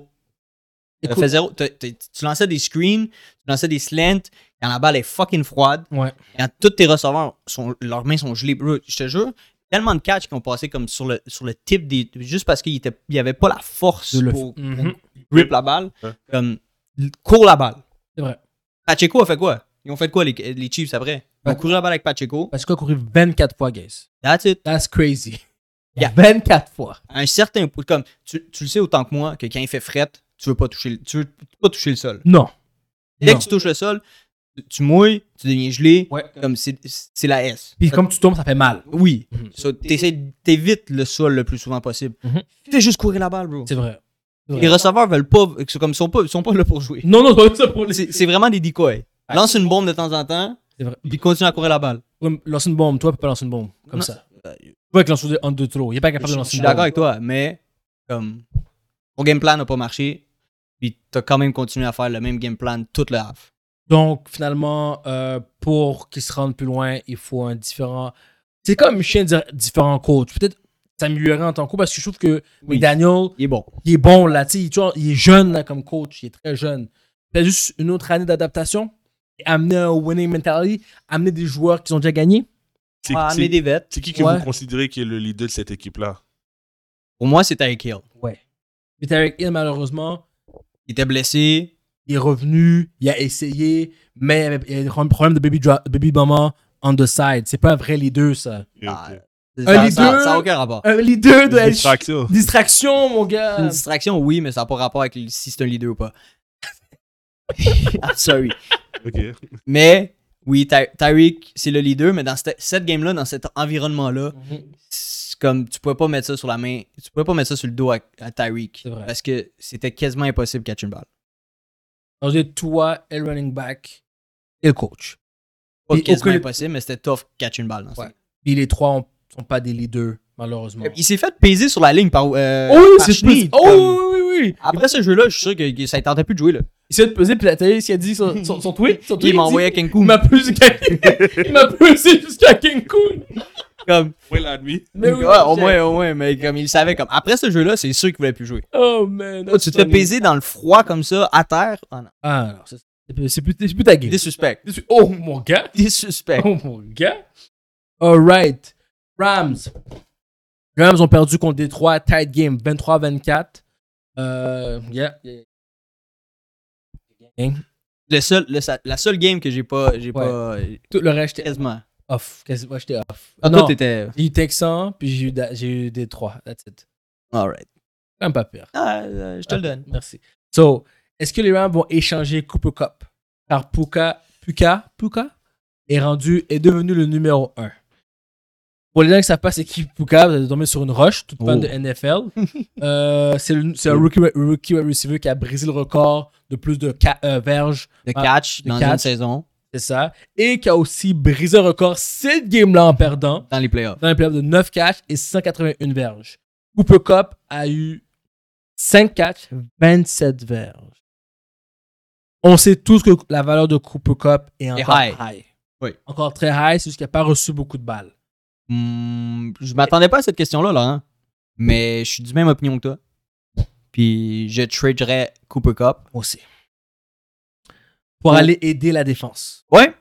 Speaker 2: T'as
Speaker 1: Écoute,
Speaker 2: fait zéro. T'as- t'as- tu lançais des screens, tu lançais des slants quand la balle est fucking froide,
Speaker 1: Ouais.
Speaker 2: quand tous tes receveurs, sont, leurs mains sont gelées. Bro, Je te jure, tellement de catchs qui ont passé comme sur le, sur le tip des. Juste parce qu'il n'y avait pas la force
Speaker 1: De le-
Speaker 2: pour, pour
Speaker 1: Mhm.
Speaker 2: grip la balle.
Speaker 3: Ouais.
Speaker 2: Comme, l- cours la balle.
Speaker 1: C'est vrai.
Speaker 2: Pacheco a fait quoi? Ils ont fait quoi les, les Chiefs après? Ils ont
Speaker 1: Ouais.
Speaker 2: couru la balle avec Pacheco.
Speaker 1: Parce qu'il a couru 24 fois, guys.
Speaker 2: That's it.
Speaker 1: That's crazy.
Speaker 2: Yeah.
Speaker 1: 24 fois.
Speaker 2: À un certain point, comme tu, tu le sais autant que moi que quand il fait fret, tu veux pas toucher le, tu veux pas toucher le sol.
Speaker 1: Non.
Speaker 2: Dès
Speaker 1: Non.
Speaker 2: que tu touches le sol, tu- tu mouilles, tu deviens gelé.
Speaker 1: Ouais.
Speaker 2: Comme c'est c'est la S.
Speaker 1: Puis comme tu tombes, ça fait mal.
Speaker 2: Oui.
Speaker 1: Mhm.
Speaker 2: So, t'essaies- T'évites le sol le plus souvent possible.
Speaker 1: Mhm.
Speaker 2: Fais juste courir la balle, bro.
Speaker 1: C'est vrai. vrai.
Speaker 2: Les receveurs veulent pas, sont comme, sont pas, sont pas là pour jouer.
Speaker 1: Non, non, c'est pas ça pour les.
Speaker 2: C'est c'est vraiment des decoys. Lance une bombe de temps en temps,
Speaker 1: C'est vrai.
Speaker 2: puis continue à courir la balle.
Speaker 1: Ouais, Lance une bombe, toi, tu peux pas lancer une bombe. Comme
Speaker 2: Non.
Speaker 1: ça. Tu vois que lancer en deux trop. Il est pas capable de
Speaker 2: Je je
Speaker 1: lancer
Speaker 2: suis
Speaker 1: une
Speaker 2: d'accord
Speaker 1: bombe.
Speaker 2: avec toi, mais comme ton game plan n'a pas marché, puis t'as quand même continué à faire le même game plan toute la half.
Speaker 1: Donc, finalement, euh, pour qu'ils se rendent plus loin, il faut un différent. C'est comme chien de dire différents coachs. Peut-être s'améliorer en tant que coach parce que je trouve que
Speaker 2: Oui.
Speaker 1: McDaniel,
Speaker 2: Il est bon.
Speaker 1: il est bon là. Tu sais, Il, tu vois, il est jeune là, comme coach. Il est très jeune. Peut-être juste une autre année d'adaptation. amener un winning mentality, amener des joueurs qui ont déjà gagné.
Speaker 3: C'est
Speaker 2: Ah,
Speaker 3: c'est-
Speaker 2: amener des vets.
Speaker 3: c'est qui que
Speaker 1: Ouais.
Speaker 3: vous considérez qui est le leader de cette équipe-là
Speaker 2: Pour moi, c'est Tyreek Hill.
Speaker 1: Ouais. Mais Tarek Hill, malheureusement,
Speaker 2: Il était blessé.
Speaker 1: il est revenu, il a essayé, mais il y avait- il y a eu un problème de baby, dra- baby mama on the side. C'est pas un vrai leader, ça.
Speaker 2: Ah,
Speaker 3: Ok.
Speaker 2: ça,
Speaker 1: des
Speaker 2: ça-
Speaker 1: deux-
Speaker 2: ça a aucun rapport.
Speaker 1: Un leader doit
Speaker 3: Des
Speaker 1: être
Speaker 3: distractions.
Speaker 1: distraction, mon gars.
Speaker 2: Une distraction, oui, mais ça n'a pas rapport avec le- si c'est un leader ou pas. I'm sorry.
Speaker 3: Ok.
Speaker 2: Mais oui, Ty- Tyreek, c'est le leader, mais dans cette, cette game-là, dans cet environnement-là,
Speaker 1: Mhm.
Speaker 2: c'est comme tu pouvais pas mettre ça sur la main, tu pouvais pas mettre ça sur le dos à, à Tyreek.
Speaker 1: C'est vrai.
Speaker 2: Parce que c'était quasiment impossible de catcher une balle.
Speaker 1: Alors, j'ai toi et le running back et le coach.
Speaker 2: Pas
Speaker 1: Et
Speaker 2: quasiment
Speaker 1: aucun-
Speaker 2: impossible, mais c'était tough de catcher une balle. dans ce
Speaker 1: Ouais.
Speaker 2: temps.
Speaker 1: Puis les trois ont- sont pas des leaders, malheureusement. Oh,
Speaker 2: Il s'est fait peser sur la ligne par. euh,
Speaker 1: oui,
Speaker 2: par
Speaker 1: c'est
Speaker 2: Schneid,
Speaker 1: plus-
Speaker 2: comme-
Speaker 1: Oh oui, oui, oui.
Speaker 2: Après ce jeu-là, je suis sûr que, que ça ne tentait plus de jouer. Là.
Speaker 1: Il s'est pesé, puis la télé, il a dit son, son, son tweet. Son
Speaker 2: Puis
Speaker 1: tweet
Speaker 2: il m'a
Speaker 1: dit,
Speaker 2: envoyé à Kenku.
Speaker 1: Il m'a pesé jusqu'à, il m'a pesé jusqu'à Cancun.
Speaker 2: Comme,
Speaker 3: Ouais, la nuit.
Speaker 1: Mais oui,
Speaker 2: Ouais, au
Speaker 1: j'ai-
Speaker 2: moins, au moins, mais comme il savait. Comme, après ce jeu-là, c'est sûr qu'il voulait plus jouer.
Speaker 1: Oh man.
Speaker 2: tu te fais peser dans le froid comme ça, à terre. Oh, non.
Speaker 1: Ah non, c'est, c'est plus, c'est plus, c'est plus ta game.
Speaker 2: Des suspects.
Speaker 1: C'est plus- Oh mon gars.
Speaker 2: Des suspects.
Speaker 1: Oh mon gars. Alright. Rams. Les Rams ont perdu contre Détroit. Tight game 23-24. Euh, yeah. yeah. Hein?
Speaker 2: Le seul, le sa- la seule game que j'ai pas. J'ai pas euh,
Speaker 1: Tout le reste, j'étais
Speaker 2: quasiment.
Speaker 1: off. Quasi- ouais, j'étais off.
Speaker 2: Ah,
Speaker 1: non,
Speaker 2: toi, t'étais.
Speaker 1: j'ai eu Texan, puis j'ai eu, Da- j'ai eu Détroit. That's it.
Speaker 2: Alright.
Speaker 1: Quand même pas pire.
Speaker 2: Ah, euh, je te le donne.
Speaker 1: Merci. So, est-ce que les Rams vont échanger Cooper Cup car Puka, Puka, Puka est rendu est devenu le numéro 1. Pour les gens qui savent pas c'est qui Puka, vous allez tomber sur une roche, toute fan
Speaker 2: Oh.
Speaker 1: de NFL. Euh, c'est le- c'est un rookie, rookie wide receiver qui a brisé le record de plus de ca- euh, verges,
Speaker 2: Le
Speaker 1: Ah,
Speaker 2: catch
Speaker 1: le
Speaker 2: dans
Speaker 1: catch.
Speaker 2: une saison,
Speaker 1: c'est ça, et qui a aussi brisé un record cette game-là en perdant
Speaker 2: dans les playoffs.
Speaker 1: dans les playoffs de 9 catchs et 181 verges. Cooper Cup a eu 5 catchs, 27 verges. On sait tous que la valeur de Cooper Cup est encore
Speaker 2: high. Oui.
Speaker 1: Encore très high, c'est juste qu'il n'a pas reçu beaucoup de balles.
Speaker 2: Hmm, je m'attendais pas à cette question-là, Laurent. Mais je suis du même opinion que toi. Puis je traderais Cooper Cup.
Speaker 1: Moi aussi. Pour
Speaker 2: Ouais.
Speaker 1: aller aider la défense.
Speaker 2: Ouais.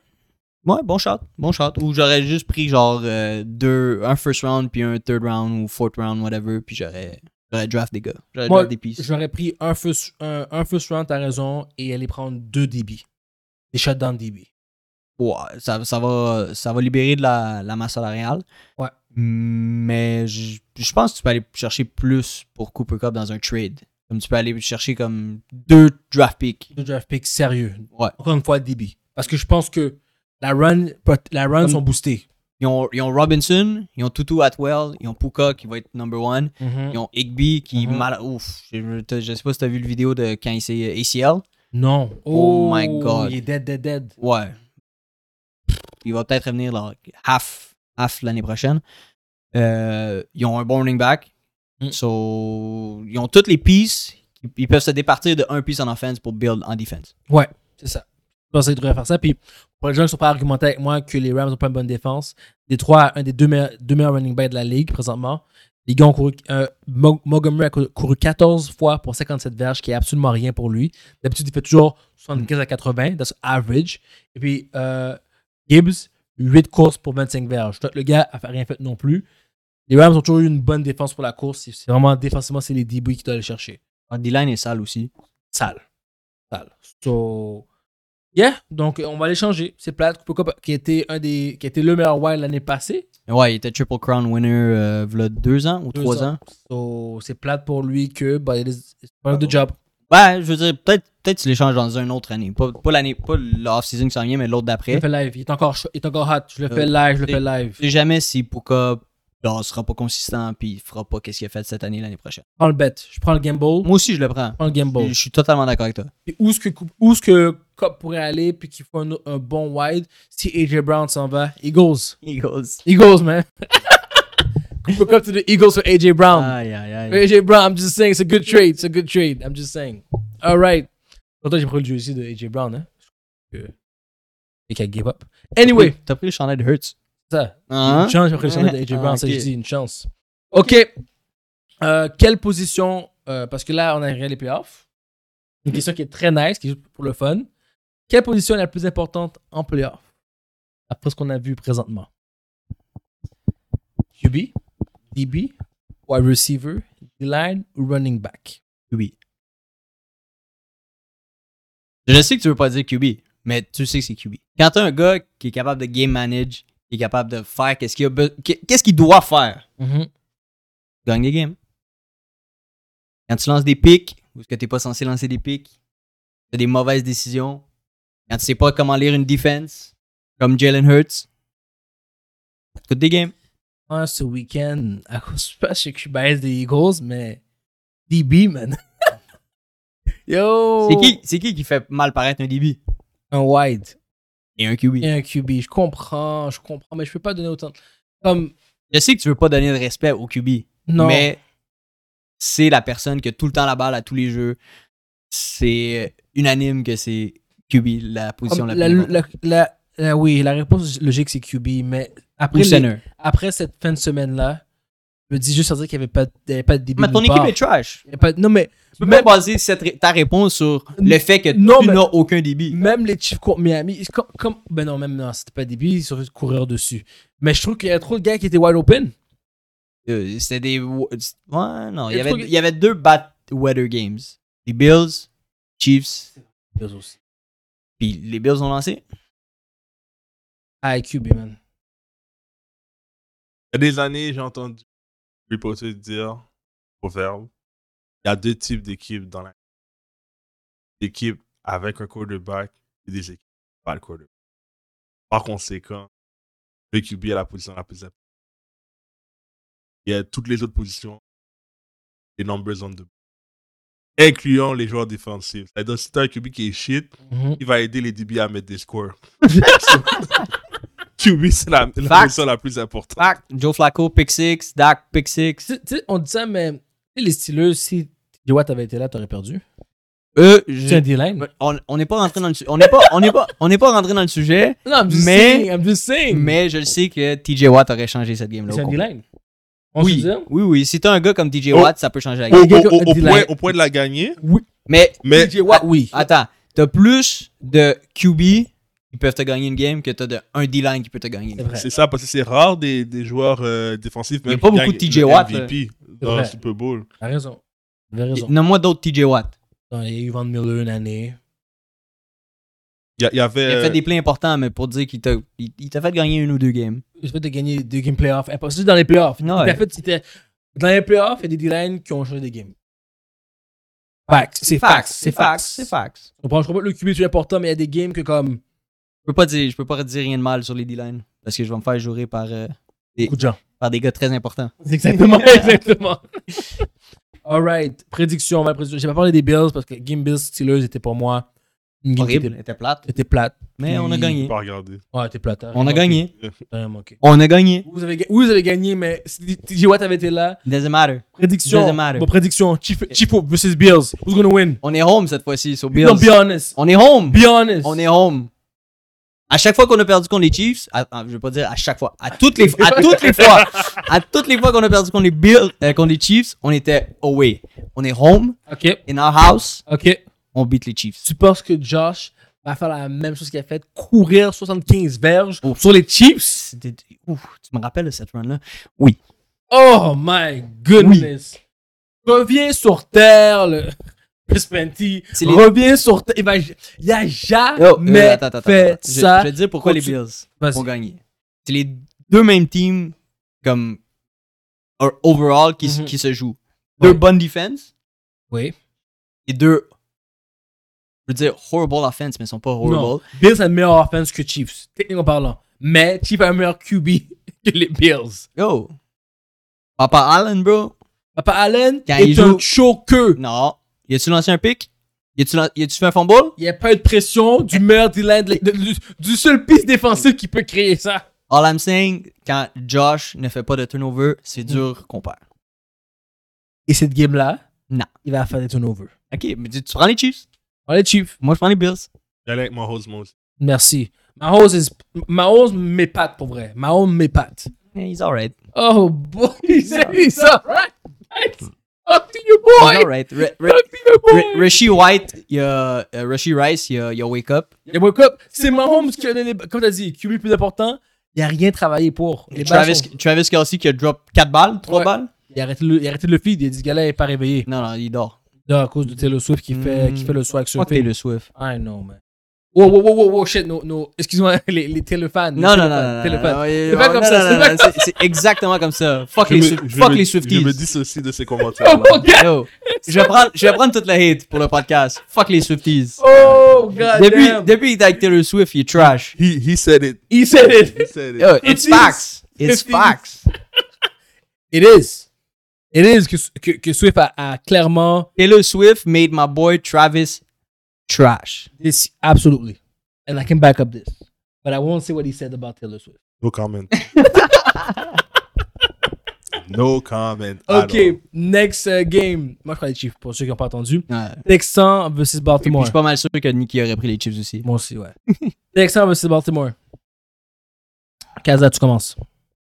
Speaker 2: Ouais, bon shot. Bon shot. Ou j'aurais juste pris genre euh, deux, un first round, puis un third round ou fourth round, whatever. Puis j'aurais, j'aurais draft des gars. J'aurais
Speaker 1: Moi,
Speaker 2: draft des pistes.
Speaker 1: J'aurais pris un first, un, un first round, t'as raison, et aller prendre deux DB. Des shutdown DB.
Speaker 2: Ouais, ça, ça, va, ça va libérer de la, la masse salariale.
Speaker 1: Ouais.
Speaker 2: Mais je, je pense que tu peux aller chercher plus pour Cooper Cup dans un trade. Comme tu peux aller chercher comme deux draft picks.
Speaker 1: Deux draft picks sérieux.
Speaker 2: Ouais.
Speaker 1: Encore une fois, DB. Parce que je pense que la run, la run
Speaker 2: Comme-
Speaker 1: sont boostées.
Speaker 2: Ils ont, ils ont Robinson, ils ont Tutu Atwell, ils ont Puka qui va être number one.
Speaker 1: Mm.
Speaker 2: Ils ont Igby qui
Speaker 1: Mhm.
Speaker 2: mal. Ouf, je, je- je sais pas si t'as vu le vidéo de quand il s'est ACL.
Speaker 1: Non.
Speaker 2: Oh my God.
Speaker 1: Il est dead, dead, dead.
Speaker 2: Ouais. Il va peut-être revenir là, half, half l'année prochaine. Euh, ils ont un bon running back.
Speaker 1: Mm.
Speaker 2: So, ils ont toutes les pieces. Ils peuvent se départir de un piece en offense pour build en defense.
Speaker 1: C'est ça. Je pense qu'ils devraient faire ça. Puis, pour les gens qui ne sont pas argumentés avec moi que les Rams n'ont pas une bonne défense, les trois, un des deux meilleurs, deux meilleurs running backs de la ligue présentement. Les gars ont couru. euh, Mo- Montgomery a cou- couru 14 fois pour 57 verges, qui est absolument rien pour lui. D'habitude, il fait toujours 75 à 80, that's average. Et puis, euh, Gibbs, 8 courses pour 25 verges. Donc, le gars n'a rien fait non plus. Les Rams ont toujours eu une bonne défense pour la course. C'est- C'est vraiment défensivement, c'est les DB qui doivent aller chercher.
Speaker 2: Leur Ah, D-line est sale aussi.
Speaker 1: sale. Sale. So, yeah, donc on va les changer. C'est plate. Cooper Cup, qui était, un des, qui était le meilleur wild l'année passée.
Speaker 2: Ouais, il était Triple Crown winner euh, v'là deux ans ou
Speaker 1: Deux
Speaker 2: trois ans.
Speaker 1: So, c'est plate pour lui que, bah, il est pas de job.
Speaker 2: Ouais, Ben, je veux dire, peut-être peut-être tu l'échanges dans une autre année. Pas, pas l'année, pas l'off-season qui s'en vient, mais l'autre
Speaker 1: Je le
Speaker 2: d'après.
Speaker 1: fais live. Il est encore, chaud- il est encore hot. Je le fais live, je le
Speaker 2: c'est-
Speaker 1: fais live.
Speaker 2: Je sais jamais si Puka ne sera pas consistant puis il fera pas qu'est-ce qu'il a fait cette année l'année prochaine.
Speaker 1: Je prends le bet. Je prends le gamble. Je
Speaker 2: Moi aussi, je le prends.
Speaker 1: prends le gamble.
Speaker 2: Je suis totalement d'accord avec toi.
Speaker 1: Puis où est-ce que, Coup- où est-ce que Cup pourrait aller puis qu'il faut un, un bon wide si AJ Brown s'en va? Eagles.
Speaker 2: Eagles.
Speaker 1: Eagles, man. Cooper Cup to the Eagles for AJ Brown.
Speaker 2: Aïe, aïe, aïe.
Speaker 1: AJ Brown, I'm just saying, it's a good trade. It's a good trade. I'm just saying. All right. Pourtant, j'ai pris le jeu aussi de AJ Brown, hein. Euh, Et qu'elle give up. Anyway,
Speaker 2: T'as pris le chandail de Hurts.
Speaker 1: ça.
Speaker 2: Hein?
Speaker 1: Une chance, j'ai pris le chandail de AJ Brown.
Speaker 2: Ah,
Speaker 1: Ça,
Speaker 2: ok.
Speaker 1: j'ai dit une chance. OK. Euh, quelle
Speaker 2: Mhm.
Speaker 1: position euh, Parce que là, on a regardé les playoffs. Une question qui est très nice, qui est juste pour le fun. Quelle position est la plus importante en playoff après ce qu'on a vu présentement? QB, DB, wide receiver, D-line ou running back?
Speaker 2: QB. Je sais que tu veux pas dire QB, mais tu sais que c'est QB. Quand t'as un gars qui est capable de game manage, qui est capable de faire qu'est-ce qu'il a be- qu'est- qu'est-ce qu'il doit faire, gagne des games. Quand tu lances des pics, ou est-ce que t'es pas censé lancer des pics, t'as des mauvaises décisions, quand tu sais pas comment lire une defense, comme Jalen Hurts, ça te coûte des games.
Speaker 1: Ah, ce week-end, à cause, je sais pas, je sais que je suis biaisé des Eagles, mais DB, man. Yo! Oh.
Speaker 2: C'est qui, c'est qui qui fait mal paraître un DB
Speaker 1: Un wide
Speaker 2: et un QB?
Speaker 1: et un QB. Je comprends, je comprends, mais je peux pas donner autant. de- Comme,
Speaker 2: Je sais que tu veux pas donner de respect au QB,
Speaker 1: non.
Speaker 2: mais c'est la personne qui a tout le temps la balle à tous les jeux. C'est unanime que c'est QB la position
Speaker 1: Comme
Speaker 2: la
Speaker 1: la,
Speaker 2: plus importante.
Speaker 1: la- la- la- oui, la réponse logique, c'est QB, mais
Speaker 2: Ou
Speaker 1: après, les-
Speaker 2: center.
Speaker 1: après cette fin de semaine-là, je me dis juste à dire qu'il n'y avait pas, il y avait pas de DB.
Speaker 2: Mais ton
Speaker 1: nulle part.
Speaker 2: équipe est trash.
Speaker 1: Il y a pas- non, mais
Speaker 2: Tu peux
Speaker 1: Même-
Speaker 2: pas baser cette ré- ta réponse sur le fait que
Speaker 1: Non,
Speaker 2: tu
Speaker 1: mais-
Speaker 2: n'as aucun débit.
Speaker 1: même les Chiefs contre Miami, ils- comme, comme- ben non, même non, c'était pas DB, ils auraient dû courir dessus. Mais je trouve qu'il y a trop de gars qui étaient wide open.
Speaker 2: Euh, C'était des. Ouais, non. Il
Speaker 1: Et
Speaker 2: y, avait,
Speaker 1: le truc-
Speaker 2: il y avait deux bad weather games. Les Bills, Chiefs,
Speaker 1: Eux aussi.
Speaker 2: puis les Bills ont lancé.
Speaker 1: Ah, et QB, man.
Speaker 3: Il y a des années, j'ai entendu reporter dire, proverbe, il y a deux types d'équipes dans la Des équipes avec un quarterback et des équipes pas le quarterback. Par conséquent, le QB est la position la plus importante. Il y a toutes les autres positions, les numbers on the board, incluant les joueurs défensifs. C'est-à-dire, si t'as un QB qui est shit,
Speaker 1: Mhm.
Speaker 3: il va aider les DB à mettre des scores. QB, c'est la, la
Speaker 2: Facts.
Speaker 3: position la plus importante.
Speaker 2: Fact, Joe Flacco, pick six, Dak, pick six.
Speaker 1: Tu- tu sais, on dit ça, mais tu sais, les Steelers, si TJ Watt avait été là, t'aurais perdu.
Speaker 2: Eux,
Speaker 1: C'est
Speaker 2: je-
Speaker 1: un D-line.
Speaker 2: Euh, on on n'est pas rentré dans le su- on n'est pas on n'est pas on n'est pas rentré dans le sujet,
Speaker 1: Non, I'm just
Speaker 2: Mais-
Speaker 1: saying, I'm just saying.
Speaker 2: mais je le sais que TJ Watt aurait changé cette game là.
Speaker 1: c'est un D-line. On se
Speaker 2: Oui,
Speaker 1: dit,
Speaker 2: oui, oui. Si t'as un gars comme TJ
Speaker 3: Oh.
Speaker 2: Watt, ça peut changer la
Speaker 3: Au,
Speaker 2: game.
Speaker 1: Oh.
Speaker 3: au- au- au
Speaker 1: Dylan-
Speaker 3: point, au point de la gagner,
Speaker 2: Mais
Speaker 3: mais
Speaker 1: TJ Watt, ah oui.
Speaker 2: Attends, t'as plus de QB qui peuvent te gagner une game que t'as de un D-line qui peut te gagner
Speaker 1: C'est
Speaker 2: une game.
Speaker 1: vrai.
Speaker 3: c'est ça, parce que c'est rare des, des joueurs euh, défensifs.
Speaker 2: y a
Speaker 3: même
Speaker 2: pas
Speaker 3: qui
Speaker 2: beaucoup de
Speaker 3: gagnent
Speaker 2: TJ
Speaker 3: le
Speaker 2: Watt, euh,
Speaker 3: MVP dans
Speaker 1: vrai.
Speaker 3: le Super Bowl.
Speaker 1: T'as raison. T'avais raison.
Speaker 2: Nomme-moi d'autres TJ Watt.
Speaker 1: Non, Il y a eu Van Miller une année.
Speaker 3: Il y a- il y, avait.
Speaker 2: Il a
Speaker 3: euh,
Speaker 2: fait des plays importants, mais pour dire qu'il t'a il, il t'a fait gagner une ou deux games.
Speaker 1: Je vais te gagner deux games playoffs. Eh, Impossible dans les playoffs.
Speaker 2: Non,
Speaker 1: En
Speaker 2: ouais.
Speaker 1: fait, c'était dans les playoffs, il y a des D-line qui ont changé des games. Facts. C'est facts.
Speaker 2: fax, c'est fax, c'est fax.
Speaker 1: Je comprends je comprends que le QB est important, mais il y a des games que comme
Speaker 2: Je peux pas dire, je peux pas dire rien de mal sur les D-line parce que je vais me faire jouer par euh,
Speaker 1: beaucoup de gens.
Speaker 2: par des gars très importants.
Speaker 1: C'est Exactement, exactement. Alright, prédiction, ma prédiction. J'ai pas parlé des Bills parce que Game Bills Steelers était pour moi une game qui
Speaker 2: Horrible,
Speaker 1: était,
Speaker 2: était plate,
Speaker 1: qui était plate.
Speaker 2: mais on a
Speaker 1: Puis-
Speaker 3: j'ai
Speaker 2: gagné.
Speaker 3: pas regardé.
Speaker 1: Ouais, était plate. hein.
Speaker 2: On a
Speaker 1: Ok,
Speaker 2: gagné.
Speaker 1: t'as manqué.
Speaker 2: On a gagné.
Speaker 1: Vous avez, ga- oui, vous avez gagné, mais si TJ Watt avait été là.
Speaker 2: Doesn't matter.
Speaker 1: Prédiction.
Speaker 2: Doesn't matter.
Speaker 1: Bon, prédiction. Chief, Chiefo versus Bills. Who's gonna win?
Speaker 2: On est home cette fois-ci sur Bills.
Speaker 1: Non, be honest.
Speaker 2: On est home.
Speaker 1: Be honest.
Speaker 2: On est home. À chaque fois qu'on a perdu contre les Chiefs, à- à- je veux pas dire à chaque fois, à toutes les, à toutes les fois, à toutes les fois qu'on a perdu contre les Bills, euh, contre les Chiefs, on était away. On est home,
Speaker 1: Ok,
Speaker 2: in our house,
Speaker 1: ok.
Speaker 2: on beat les Chiefs.
Speaker 1: Tu penses que Josh va faire la même chose qu'il a fait, courir 75 verges
Speaker 2: Oh.
Speaker 1: sur les Chiefs?
Speaker 2: C'était- ouf, tu me rappelles de cette run-là?
Speaker 1: Oh my goodness. Reviens sur terre, le Chris Penty.
Speaker 2: C'est les-
Speaker 1: Reviens sur terre. Il, va... il a jamais
Speaker 2: Yo, euh, attends, attends, attends,
Speaker 1: fait
Speaker 2: attends. Je-
Speaker 1: ça.
Speaker 2: Je, vais te dire pourquoi
Speaker 1: Quand
Speaker 2: les
Speaker 1: tu-
Speaker 2: Bills
Speaker 1: Vas-y.
Speaker 2: ont gagné. C'est les deux mêmes teams comme or- overall qui, s-
Speaker 1: Mhm.
Speaker 2: qui se jouent. Mm-hmm. Deux
Speaker 1: Ouais.
Speaker 2: bonnes defenses
Speaker 1: Oui.
Speaker 2: et deux, je veux dire, horrible offense, mais ils sont pas horrible.
Speaker 1: Non. Bills a une meilleure offense que Chiefs, techniquement parlant. Mais Chiefs a un meilleur QB que les Bills.
Speaker 2: Yo. Papa Allen, bro.
Speaker 1: Papa Allen
Speaker 2: Quand
Speaker 1: est
Speaker 2: il
Speaker 1: un
Speaker 2: joue-
Speaker 1: choker.
Speaker 2: Non. Y a-tu lancé un pic? Y a-tu, lan- y a-tu fait un fumble?
Speaker 1: Il n'y a pas eu de pression du meilleur D-line, de la- de- du, du seul piste défensif qui peut créer ça.
Speaker 2: All I'm saying, quand Josh ne fait pas de turnover, c'est
Speaker 1: Mm.
Speaker 2: dur qu'on perd.
Speaker 1: Et cette game-là,
Speaker 2: Non.
Speaker 1: il va faire des turnovers.
Speaker 2: Ok, mais tu, tu prends les Chiefs.
Speaker 1: Allez, Chiefs.
Speaker 2: Moi, je prends les Bills.
Speaker 3: J'allais avec mon host, moi aussi.
Speaker 1: Merci. Mahomes, is... Mahomes m'épate pour vrai. Mahomes m'épate.
Speaker 2: Yeah, he's alright.
Speaker 1: Oh boy, c'est ça. Talk to your boy!
Speaker 2: Alright. Re- Re-
Speaker 1: Talk to your
Speaker 2: Re-
Speaker 1: boy!
Speaker 2: Rishi White, il y a euh, Rishi Rice, il y a, il y a Wake Up.
Speaker 1: Le World Cup, c'est Mahomes qui a donné, comme t'as dit, QB plus important. Il a rien travaillé pour. Les balles
Speaker 2: Travis,
Speaker 1: sont-
Speaker 2: Travis Kelsey qui a drop 4 balles, 3
Speaker 1: Ouais.
Speaker 2: balles.
Speaker 1: il, a arrêté le, il a arrêté le feed, il a dit, ce gars-là, il est pas réveillé.
Speaker 2: Non, non, il dort.
Speaker 1: Non, à cause de Taylor Swift qui fait,
Speaker 2: Mm.
Speaker 1: qui fait le swag sur
Speaker 2: Fuck
Speaker 1: le
Speaker 2: Taylor Swift.
Speaker 1: I know, man. Wow, wow, wow, wow, wow, shit, no, no. Excuse-moi, les, les Taylor fans. les
Speaker 2: Non, non,
Speaker 1: Taylor fans, Taylor
Speaker 2: non, non. non,
Speaker 1: fans.
Speaker 2: non, non,
Speaker 1: C'est pas
Speaker 2: non,
Speaker 1: comme
Speaker 2: non,
Speaker 1: ça,
Speaker 2: non,
Speaker 1: c'est
Speaker 2: non, C'est c'est exactement comme ça. Fuck
Speaker 3: Je
Speaker 2: les,
Speaker 3: me-
Speaker 2: Swi-
Speaker 3: je
Speaker 2: fuck
Speaker 3: me-
Speaker 2: les
Speaker 3: Je me
Speaker 2: Swifties.
Speaker 3: dissocie de ces
Speaker 1: Oh
Speaker 3: commentaires.
Speaker 1: mon god!
Speaker 2: Yo, je, vais prendre, je vais prendre toute la hate pour le podcast. Fuck les Swifties.
Speaker 1: Oh god!
Speaker 2: depuis,
Speaker 1: damn.
Speaker 2: depuis qu'il est avec Taylor Swift, il est trash.
Speaker 3: he, he said it.
Speaker 1: He said it.
Speaker 3: He said it.
Speaker 2: Yo, it's
Speaker 1: Swifties.
Speaker 2: facts. It's
Speaker 1: Swifties.
Speaker 2: facts.
Speaker 1: It is. It is que, que, que Swift a, a clairement
Speaker 2: Taylor Swift made my boy Travis trash.
Speaker 1: this absolutely. And I can back up this. But I won't say what he said about Taylor Swift.
Speaker 3: No comment. no comment. at
Speaker 1: OK,
Speaker 3: all.
Speaker 1: next euh, game. Moi, je prends les Chiefs pour ceux qui n'ont pas entendu.
Speaker 2: Ouais.
Speaker 1: Texans versus
Speaker 2: Puis je
Speaker 1: Baltimore.
Speaker 2: suis pas mal sûr que Nicky aurait pris les chips aussi.
Speaker 1: Moi aussi, ouais. Texans versus Baltimore. Kaza, tu commences.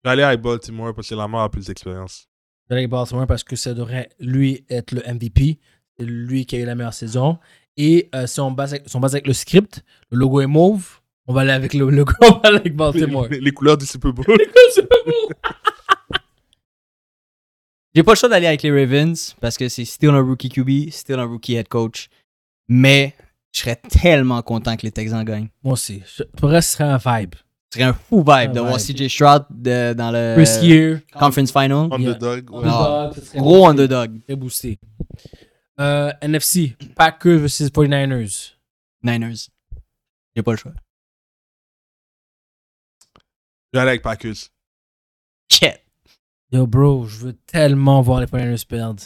Speaker 3: J'allais à Baltimore parce que Lamar a plus d'expérience.
Speaker 1: Derek Baltimore parce que ça devrait, lui, être le MVP. C'est lui qui a eu la meilleure saison. Et euh, si, on base avec, si on base avec le script, le logo est mauve. On va aller avec le logo, on va aller avec Baltimore.
Speaker 3: Les, les couleurs du Super Bowl.
Speaker 2: J'ai pas le choix d'aller avec les Ravens parce que c'est still un rookie QB, still un rookie head coach. Mais je serais tellement content que les Texans gagnent.
Speaker 1: Moi aussi. Je- Pour vrai, ce serait un vibe.
Speaker 2: Ce serait un fou vibe
Speaker 1: Un
Speaker 2: de voir
Speaker 1: vibe.
Speaker 2: CJ Stroud de- dans le
Speaker 1: Chris Year.
Speaker 2: conference final.
Speaker 3: Underdog. ouais.
Speaker 2: Non.
Speaker 1: Underdog, ce serait
Speaker 2: Gros
Speaker 1: boosté.
Speaker 2: underdog.
Speaker 1: Très boosté. Euh, NFC, Packers versus 49ers.
Speaker 2: Niners. J'ai pas le choix.
Speaker 3: J'allais avec Packers.
Speaker 2: Shit.
Speaker 1: Yo, bro, je veux tellement voir les 49ers perdre.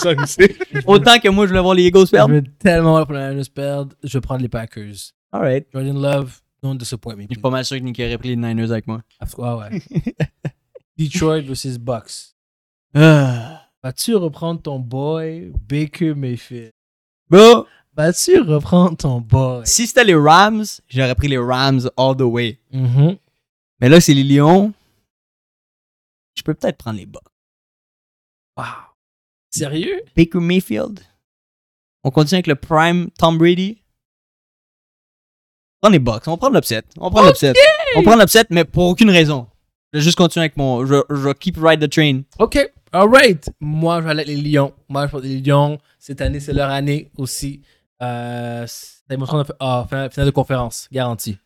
Speaker 3: Ça, je sais.
Speaker 1: Oh,
Speaker 2: Autant que moi je voulais voir les Eagles
Speaker 1: Je
Speaker 2: perdre.
Speaker 1: veux tellement voir les 49ers perdre. Je vais prendre les Packers.
Speaker 2: Alright.
Speaker 1: Jordan Love, don't disappoint me.
Speaker 2: Je suis
Speaker 1: please.
Speaker 2: pas mal sûr que Nicky aurait pris les Niners avec moi.
Speaker 1: Ah ouais. Detroit versus Bucks.
Speaker 2: Ah.
Speaker 1: Vas-tu reprendre ton boy Baker Mayfield?
Speaker 2: Bro,
Speaker 1: Vas-tu reprendre ton boy?
Speaker 2: si c'était les Rams, j'aurais pris les Rams all the way.
Speaker 1: Mm-hmm.
Speaker 2: Mais là, c'est les Lions. Je peux peut-être prendre les Bucks.
Speaker 1: Wow. Sérieux?
Speaker 2: Baker Mayfield. On continue avec le prime Tom Brady. On prend les Bucks. On prend l'upset. On prend l'upset. On prend l'upset, mais pour aucune raison. Je vais juste continuer avec mon. Je, je vais keep ride the train.
Speaker 1: Ok, alright. Moi, je vais aller avec les Lions. Moi, je vais les Lions. Cette année, c'est leur année aussi. Euh, c'est mon tournoi- ah, finale, finale de conférence, garantie.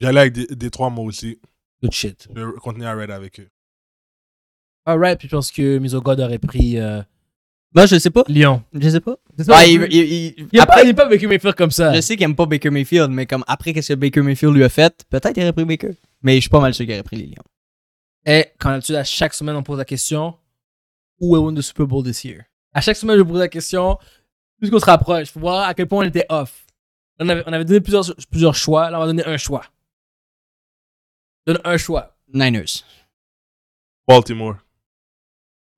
Speaker 3: J'allais avec des, des trois mots aussi.
Speaker 1: Good shit.
Speaker 3: Je vais continuer à Red avec eux.
Speaker 1: Alright, puis je pense que Misogod aurait pris euh,
Speaker 2: Là, Bah, je sais pas.
Speaker 1: Lyon.
Speaker 2: Je sais pas.
Speaker 1: C'est ça,
Speaker 2: Ah,
Speaker 1: il
Speaker 2: il,
Speaker 1: n'est
Speaker 2: il- il-
Speaker 1: pas,
Speaker 2: après,
Speaker 1: il a pas vécu Mayfield comme ça.
Speaker 2: je sais qu'il aime pas Baker Mayfield, mais comme après qu'est-ce que Baker Mayfield lui a fait, peut-être il aurait pris Baker. Mais je suis pas mal sûr qu'il aurait pris les Lions.
Speaker 1: Et quand d'habitude, à chaque semaine, on pose la question Who will win the Super Bowl this year À chaque semaine, je pose la question Plus qu'on se rapproche, faut voir à quel point on était off. On avait, on avait donné plusieurs, plusieurs choix, là, on va donner un choix. Donne un choix
Speaker 2: Niners.
Speaker 3: Baltimore.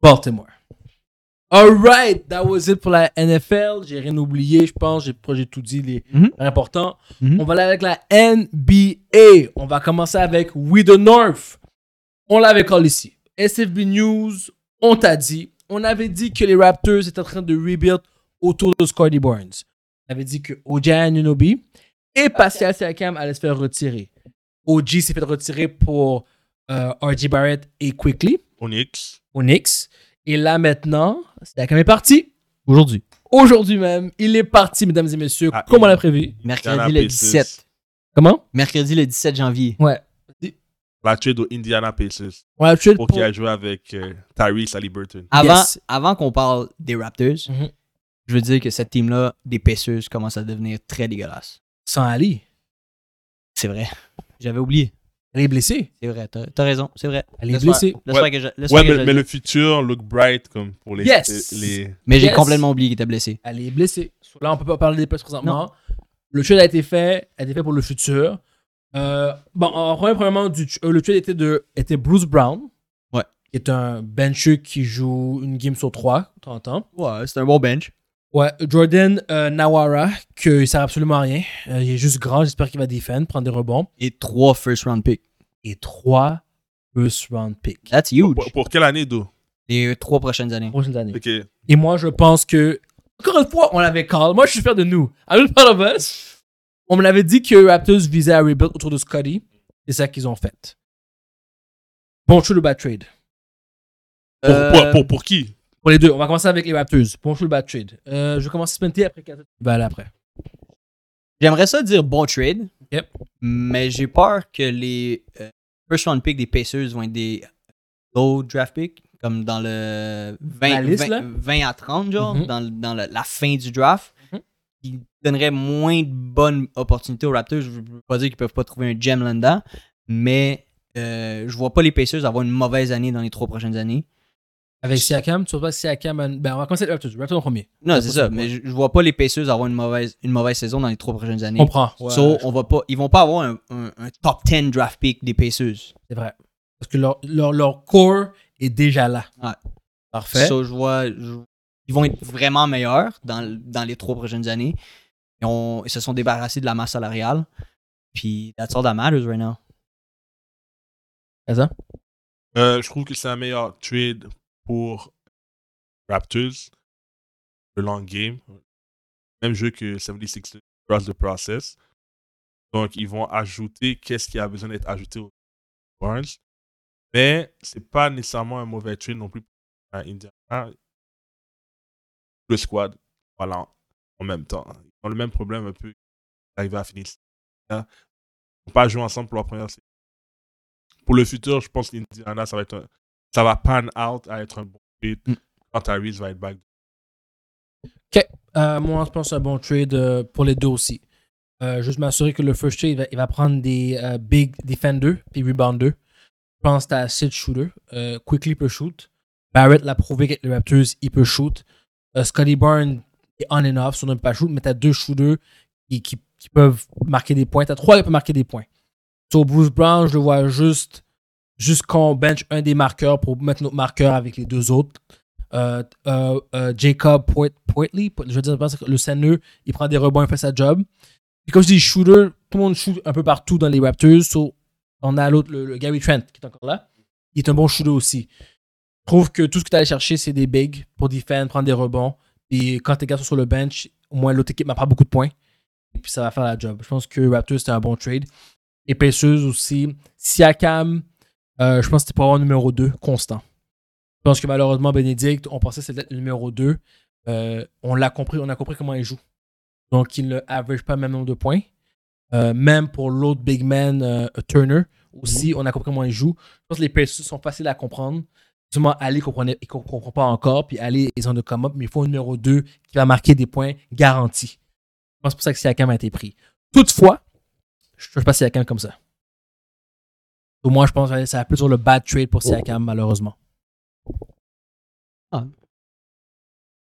Speaker 1: Baltimore. Alright, that was it pour la NFL. J'ai rien oublié, je pense. J'ai j'ai tout dit, les
Speaker 2: Mhm.
Speaker 1: importants.
Speaker 2: Mhm.
Speaker 1: On va aller avec la NBA. On va commencer avec We the North. On l'avait call ici. SFB News, on t'a dit. On avait dit que les Raptors étaient en train de rebuild autour de Scotty Barnes. On avait dit que OJ Anunobi et Pascal Siakam allaient se faire retirer. OG s'est fait retirer pour euh, RG Barrett et Quickly.
Speaker 3: Onyx.
Speaker 1: Onyx. Et là maintenant, Siakam est parti.
Speaker 2: Aujourd'hui.
Speaker 1: Aujourd'hui même, il est parti, mesdames et messieurs,
Speaker 3: Ah,
Speaker 1: comme on
Speaker 3: il-
Speaker 1: l'a prévu.
Speaker 3: Indiana
Speaker 2: Mercredi le
Speaker 3: Pacers.
Speaker 2: 17.
Speaker 1: Comment
Speaker 2: Mercredi le 17 janvier.
Speaker 1: Ouais.
Speaker 3: La trade aux Indiana Pacers.
Speaker 1: On l'a tué
Speaker 3: Pour
Speaker 1: pour-
Speaker 3: qui a joué avec euh, Tyrese Halliburton.
Speaker 2: Avant,
Speaker 1: Yes.
Speaker 2: avant qu'on parle des Raptors,
Speaker 1: Mhm.
Speaker 2: je veux dire que cette team-là, des Pacers, commence à devenir très dégueulasse.
Speaker 1: sans Ali.
Speaker 2: C'est vrai. J'avais oublié.
Speaker 1: Elle est blessée.
Speaker 2: C'est vrai. T'as t'as raison. C'est vrai.
Speaker 1: Elle est
Speaker 2: Laisse-moi-
Speaker 1: blessée.
Speaker 2: laisse-moi
Speaker 3: Ouais.
Speaker 2: que je- laisse-moi
Speaker 3: Ouais,
Speaker 2: que
Speaker 3: mais,
Speaker 2: je-
Speaker 3: mais le futur look bright comme pour les.
Speaker 1: Yes.
Speaker 3: les-
Speaker 2: Mais j'ai
Speaker 1: Yes.
Speaker 2: complètement oublié qu'il était blessé.
Speaker 1: Elle est blessée. So, Là, on peut pas parler des places présentement. Le trade a été fait, a été fait pour le futur. Euh, bon, en premier, premièrement, du, euh, le trade était de était Bruce Brown.
Speaker 2: Ouais.
Speaker 1: Qui est un bencher qui joue une game sur trois, tu entends.
Speaker 2: Ouais, c'est un bon bench.
Speaker 1: Ouais, Jordan euh, Nawara, que ça sert absolument à rien. Euh, il est juste grand, j'espère qu'il va défendre, prendre des rebonds.
Speaker 2: Et trois first round picks.
Speaker 1: et trois first round picks.
Speaker 2: That's huge.
Speaker 3: Pour, pour quelle année, Do
Speaker 2: les trois prochaines années.
Speaker 1: prochaines années.
Speaker 3: Ok.
Speaker 1: Et moi, je pense que, encore une fois, on l'avait call. Moi, je suis fier de nous. À l'autre part of us, on me l'avait dit que Raptors visait à rebuild autour de Scotty. C'est ça qu'ils ont fait. Bon shoot ou bad trade?
Speaker 3: Pour,
Speaker 2: Euh,
Speaker 3: pour, pour, pour qui
Speaker 1: Pour les deux, on va commencer avec les Raptors. Bon shoot ou bad trade? Euh, je commence Spenty après Kazet. Ben là, après.
Speaker 2: J'aimerais ça dire bon trade.
Speaker 1: Yep.
Speaker 2: Mais j'ai peur que les euh, first round pick des Pacers vont être des low draft pick, comme dans le 20,
Speaker 1: La liste,
Speaker 2: 20
Speaker 1: là?
Speaker 2: 20 à 30, genre,
Speaker 1: Mhm.
Speaker 2: dans, le- dans le- la fin du draft,
Speaker 1: Mhm.
Speaker 2: qui donnerait moins de bonnes opportunités aux Raptors. Je veux pas dire qu'ils peuvent pas trouver un gem là-dedans, mais euh, je vois pas les Pacers avoir une mauvaise année dans les trois prochaines années.
Speaker 1: Avec Siakam, tu vois Siakam. euh, Ben, on va commencer avec les Raptors. Raptors en premier.
Speaker 2: Non, c'est
Speaker 1: pas
Speaker 2: ça,
Speaker 1: ça,
Speaker 2: mais je, je vois pas les Pacers avoir une mauvaise, une mauvaise saison dans les trois prochaines
Speaker 1: On
Speaker 2: années.
Speaker 1: comprend. Ouais,
Speaker 2: So, on va pas, ils vont pas avoir un, un- un top 10 draft pick des Pacers.
Speaker 1: C'est vrai. Parce que leur, leur, leur core est déjà là.
Speaker 2: Ouais.
Speaker 1: Parfait.
Speaker 2: So, je vois, je- ils vont être vraiment meilleurs dans, l- dans les trois prochaines années. Et on, ils se sont débarrassés de la masse salariale. Puis, that's all that matters right now.
Speaker 1: Kazan?
Speaker 3: Euh, je trouve que c'est un meilleur trade pour Raptors. Le long game. Même jeu que 76 Trust the Process. Donc, ils vont ajouter qu'est-ce qui a besoin d'être ajouté aux Barnes. Mais c'est pas nécessairement un mauvais trade non plus à Indiana. Le squad, voilà, en- en même temps. Ils ont le même problème un peu d'arriver à finir. Ils n'ont pas joué ensemble pour la première saison. Pour le futur, je pense qu'Indiana, ça va être un- ça va pan out à être un bon trade
Speaker 2: Mm.
Speaker 3: quand Tyrese va être back.
Speaker 1: Euh, moi, je pense que c'est un bon trade euh, pour les deux aussi. Euh, juste m'assurer que le first trade, il va, il va prendre des euh, big defenders puis rebounders. Je pense que t'as assez de shooters. Euh, Quickly peut shoot. Barrett l'a prouvé qu'avec les Raptors, il peut shoot. Euh, Scotty Barnes est on and off, sur ne peut pas shoot, mais t'as deux shooters qui, qui, qui peuvent marquer des points. T'as trois qui peuvent marquer des points. So, Bruce Brown, je le vois juste, juste qu'on bench un des marqueurs pour mettre notre marqueur avec les deux autres euh, euh, euh, Jacob Poit- Poitley, Poit- je veux dire, je pense que le Senneux, il prend des rebonds, il fait sa job. Puis comme je dis, shooter, tout le monde shoot un peu partout dans les Raptors. So, on a l'autre, le, le Gary Trent, qui est encore là. Il est un bon shooter aussi. Je trouve que tout ce que tu allais chercher, c'est des bigs pour defend, prendre des rebonds. Et quand tes gars sont sur le bench, au moins l'autre équipe m'a pas beaucoup de points. Et puis ça va faire la job. Je pense que Raptors, c'était un bon trade. Et Pacers aussi. Siakam, euh, je pense que c'était pour avoir un numéro 2 constant. Je pense que malheureusement, Bénédicte, on pensait que c'était le numéro 2. Euh, on l'a compris, on a compris comment il joue. Donc, il ne average pas le même nombre de points. Euh, même pour l'autre big man, euh, Turner, aussi, on a compris comment il joue. Je pense que les Pacers sont faciles à comprendre. Seulement, Ali comprenait, il ne comprend pas encore. Puis Ali, ils ont de come up, mais il faut un numéro 2 qui va marquer des points garantis. Je pense que c'est pour ça que Siakam a été pris. Toutefois, je ne touche pas Siakam comme ça. Au moins, je pense que ça va plus sur le bad trade pour Siakam, malheureusement.
Speaker 2: Ah.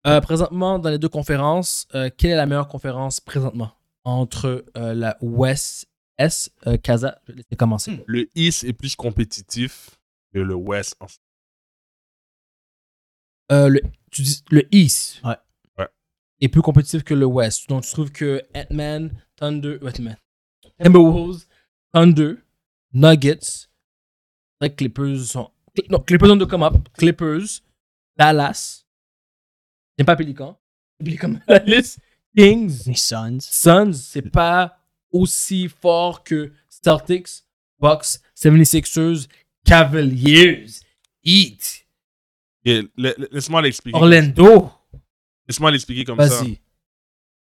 Speaker 1: Euh, présentement, dans les deux conférences, euh, quelle est la meilleure conférence présentement entre euh, la West S, euh, Casa Je vais laisser commencer.
Speaker 3: Le East est plus compétitif que le West. en fait.
Speaker 1: Euh, le, tu dis le East
Speaker 2: Ouais.
Speaker 3: Ouais.
Speaker 1: est plus compétitif que le West. Donc, tu trouves que Ant-Man, Thunder, ouais, Ant-Man, Timberwolves, Thunder, Nuggets, c'est vrai que Clippers sont. Cl- Non, Clippers ont de come up. Clippers, Dallas, c'est pas Pelican. Pelican, Dallas, Kings,
Speaker 2: Les Suns.
Speaker 1: Suns, c'est pas aussi fort que Celtics, Bucks, 76ers, Cavaliers, Heat,
Speaker 3: Et la- la- Laisse-moi l'expliquer.
Speaker 1: Orlando.
Speaker 3: Laisse-moi l'expliquer comme ça.
Speaker 1: Vas-y.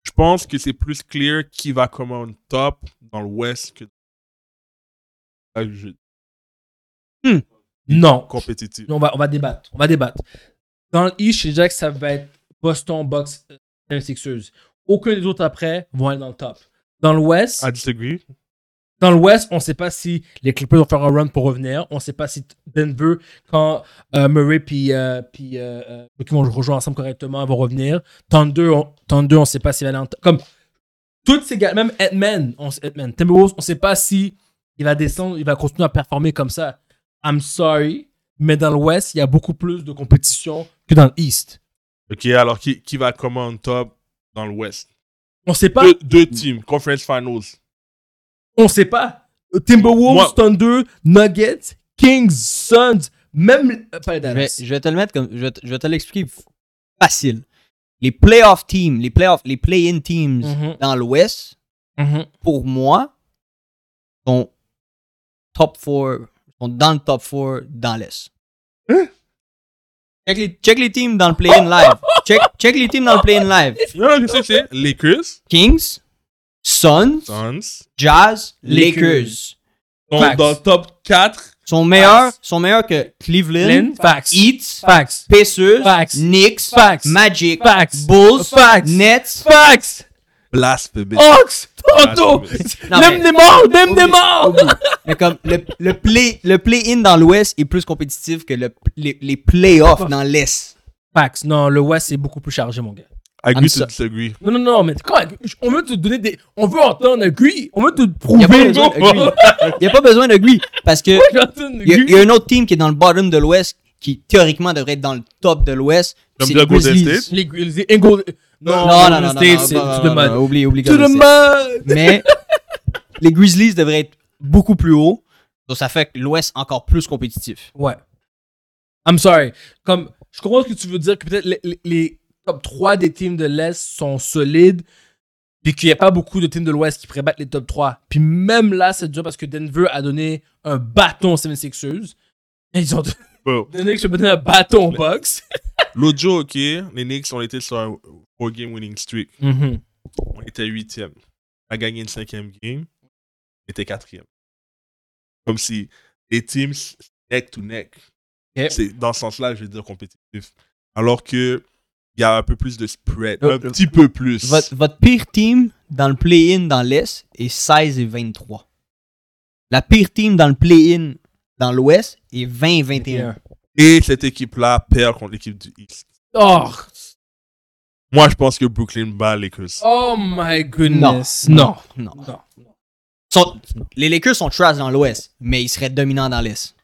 Speaker 3: Je pense que c'est plus clear qui va comme on top dans l'Ouest que Ah, je-
Speaker 1: Non.
Speaker 3: compétitif.
Speaker 1: On va, on va débattre. On va débattre. Dans le East, je dirais que ça va être Boston, Bucks, euh, Sixers. Aucun des autres après vont aller dans le top. Dans l'Ouest,
Speaker 3: I disagree.
Speaker 1: dans l'Ouest, on ne sait pas si les Clippers vont faire un run pour revenir. On ne sait pas si Denver, quand euh, Murray puis euh, puis, euh, euh, ceux qui vont rejoindre ensemble correctement, vont revenir. Thunder, on, Thunder, on ne sait pas si va aller en comme toutes ces gars, même Edman, on, Ant-Man, Timberwolves, on ne sait pas si il va descendre, il va continuer à performer comme ça. I'm sorry, mais dans l'Ouest, il y a beaucoup plus de compétition que dans l'East.
Speaker 3: Ok, alors qui, qui va comme on top dans l'Ouest
Speaker 1: On ne sait pas,
Speaker 3: deux, deux teams, Conference Finals.
Speaker 1: on ne sait pas. Timberwolves,
Speaker 3: Moi-
Speaker 1: Thunder, Nuggets, Kings, Suns, Même euh, pas les
Speaker 2: Je vais,
Speaker 1: Dallas.
Speaker 2: je vais te le mettre comme. Je vais te, je vais te l'expliquer f- facile. Les playoff teams, les playoff, les play-in teams
Speaker 1: Mhm,
Speaker 2: dans l'Ouest,
Speaker 1: mhm.
Speaker 2: pour moi, sont top 4, sont dans le top 4 dans l'Est.
Speaker 3: Hein?
Speaker 2: Check les, check les teams dans le play-in live. check, check les teams dans le play-in live.
Speaker 3: Non, qu'est-ce que c'est? Lakers,
Speaker 2: Kings, Suns,
Speaker 3: Suns,
Speaker 2: Jazz,
Speaker 1: Lakers.
Speaker 2: Lakers.
Speaker 3: sont
Speaker 1: Facts.
Speaker 3: dans le top 4.
Speaker 2: Sont meilleurs, sont meilleurs que Cleveland,
Speaker 1: Lynn, Facts.
Speaker 2: Heat,
Speaker 1: Facts.
Speaker 2: Pacers,
Speaker 1: Facts.
Speaker 2: Knicks,
Speaker 1: Facts.
Speaker 2: Magic,
Speaker 1: Facts.
Speaker 2: Bulls,
Speaker 1: Facts.
Speaker 2: Nets.
Speaker 1: Facts.
Speaker 3: Blasphemy.
Speaker 1: Hawks. Toronto.
Speaker 2: Non,
Speaker 1: Même
Speaker 2: mais-
Speaker 1: des morts. Même des morts.
Speaker 2: Mais comme le, le play le play-in dans l'Ouest est plus compétitif que le, les, les playoffs dans l'Est.
Speaker 1: Facts. Non, le West est beaucoup plus chargé, mon gars.
Speaker 3: Agree
Speaker 2: I'm
Speaker 3: to disagree.
Speaker 1: Non, non, non, mais quand on veut te donner des. On veut entendre un gris, on veut te prouver.
Speaker 2: Y a pas besoin de gris. Il n'y a pas besoin de lui parce que
Speaker 1: Je veux entendre un
Speaker 2: il y, a-
Speaker 1: gris.
Speaker 2: il y a un autre team qui est dans le bottom de l'Ouest qui théoriquement devrait être dans le top de l'Ouest.
Speaker 3: Comme
Speaker 2: c'est
Speaker 3: bien
Speaker 2: les
Speaker 3: Golden
Speaker 2: Grizzlies.
Speaker 3: State?
Speaker 1: Les gris, les Ingo-
Speaker 2: Non,
Speaker 1: Non,
Speaker 2: non, non, non,
Speaker 1: State,
Speaker 2: non,
Speaker 1: c'est
Speaker 2: non,
Speaker 1: tout
Speaker 2: non,
Speaker 1: de mode.
Speaker 2: non, Oublie, oublie
Speaker 1: Tout de
Speaker 2: Golden State.
Speaker 1: mode.
Speaker 2: Mais les Grizzlies devraient être beaucoup plus haut. Donc ça fait que l'Ouest encore plus compétitif.
Speaker 1: Ouais. I'm sorry. Comme, je comprends ce que tu veux dire, que peut-être les, les- les top 3 des teams de l'Est sont solides, puis qu'il n'y a pas beaucoup de teams de l'Ouest qui pourraient battre les top 3. Puis même là, c'est dur parce que Denver a donné un bâton aux 76ers. Et Ils ont
Speaker 3: Bro,
Speaker 1: donné que je donné un bâton aux Bucks.
Speaker 3: L'autre jour, OK, les Knicks, on était sur un 4-game winning streak. On était 8e. On a gagné une 5e game. On était 4e. Comme si les teams, neck to neck.
Speaker 1: Ok.
Speaker 3: C'est dans ce sens-là, je veux dire compétitif. Alors que il y a un peu plus de spread.
Speaker 2: Euh,
Speaker 3: Un petit peu plus.
Speaker 2: Votre, votre pire team dans le play-in dans l'Est est 16 et 23. La pire team dans le play-in dans l'Ouest est 20 et 21.
Speaker 3: Et cette équipe-là perd contre l'équipe du East.
Speaker 1: Oh,
Speaker 3: Moi, je pense que Brooklyn bat les Lakers.
Speaker 1: oh my goodness. Non.
Speaker 2: Non.
Speaker 1: Non.
Speaker 2: Sont- les Lakers sont trash dans l'Ouest, mais ils seraient dominants dans l'Est.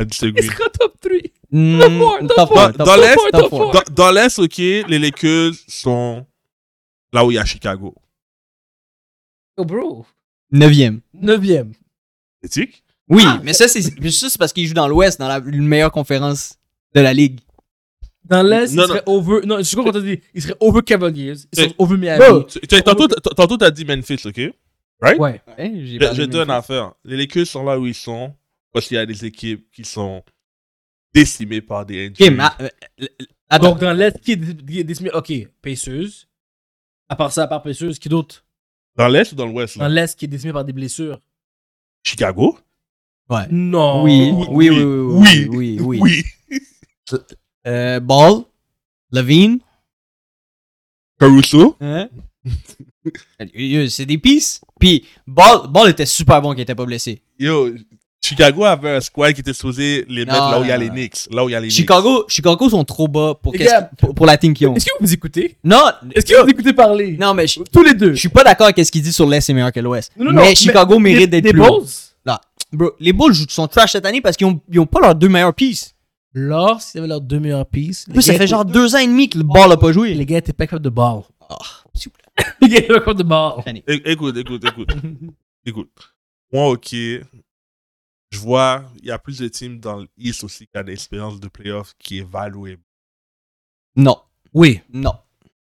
Speaker 3: I disagree.
Speaker 1: top 3.
Speaker 2: Mm,
Speaker 1: four, top four,
Speaker 2: top four,
Speaker 3: dans
Speaker 2: top
Speaker 3: l'Est,
Speaker 2: four,
Speaker 1: top
Speaker 2: top four.
Speaker 1: four.
Speaker 3: Dans, dans l'Est, OK, les Lakers sont là où il y a Chicago.
Speaker 1: Oh, bro.
Speaker 2: Neuvième.
Speaker 1: Neuvième.
Speaker 3: Éthique?
Speaker 2: Oui, mais ça, c'est mais ça, c'est parce qu'ils jouent dans l'Ouest, dans la une meilleure conférence de la Ligue.
Speaker 1: Dans l'Est, il
Speaker 3: Non, non.
Speaker 1: serait over. Non, je suis content de dire. Il serait over Cavaliers. Il
Speaker 3: Eh,
Speaker 1: serait over Miami.
Speaker 2: bro,
Speaker 3: Tu- tu- Tantôt, t- tantôt, t'as dit Memphis, OK?
Speaker 1: Ouais.
Speaker 2: Hein, j'ai
Speaker 3: Je,
Speaker 2: parlé
Speaker 3: je
Speaker 2: de
Speaker 3: donne
Speaker 2: Memphis.
Speaker 3: affaire. Les Lakers sont là où ils sont parce qu'il y a des équipes qui sont décimées par des
Speaker 2: Ok,
Speaker 3: injuries.
Speaker 2: mais, ah, euh, euh, attends.
Speaker 1: Donc, dans l'Est, qui est dé- qui est décimé Ok, Paceuse. À part ça, à part Paceuse, qui d'autre
Speaker 3: Dans l'Est ou dans l'Ouest? là?
Speaker 1: Dans l'Est, qui est décimé par des blessures
Speaker 3: Chicago?
Speaker 2: Ouais.
Speaker 1: Non.
Speaker 2: Oui, oui, oui, oui, oui, oui, oui. Euh, Ball, Levine.
Speaker 3: Caruso?
Speaker 2: Hein? Euh, C'est des pistes. Puis, Ball, Ball était super bon qu'il était pas blessé.
Speaker 3: Yo, Chicago avait un squad qui était supposé les mettre
Speaker 2: Non,
Speaker 3: là où il y a
Speaker 2: non,
Speaker 3: les
Speaker 2: non.
Speaker 3: Knicks. Là où il y a les
Speaker 2: Chicago, Chicago sont trop bas pour,
Speaker 1: Les
Speaker 2: qu'est-ce
Speaker 1: gars.
Speaker 2: qui- pour, pour la team qu'ils ont.
Speaker 1: Est-ce que vous vous écoutez
Speaker 2: Non,
Speaker 1: Est-ce que vous écoutez parler
Speaker 2: non mais je,
Speaker 1: Tous les deux.
Speaker 2: je suis pas d'accord avec ce qu'il dit sur l'Est est meilleur que l'Ouest.
Speaker 1: Non, non, non,
Speaker 2: mais
Speaker 1: mais
Speaker 2: Chicago mérite
Speaker 1: Des-
Speaker 2: d'être plus
Speaker 1: Des
Speaker 2: haut.
Speaker 1: Bulls
Speaker 2: Bro, les Bulls jouent- sont trash cette année parce qu'ils ont, ils ont pas leurs deux meilleures pistes.
Speaker 1: Lorsqu'ils avaient leurs deux meilleures pistes.
Speaker 2: En plus, ça fait genre deux ans et demi que le Ball a pas joué.
Speaker 1: Les gars étaient pas capables de ball.
Speaker 2: Ah, s'il vous plaît.
Speaker 1: Les gars étaient pas capables de ball.
Speaker 3: É- Écoute, écoute, écoute. écoute. Moi, OK, je vois, il y a plus de teams dans l'East aussi qui a des expériences de playoff qui est valuable.
Speaker 2: Non,
Speaker 1: Oui.
Speaker 2: non.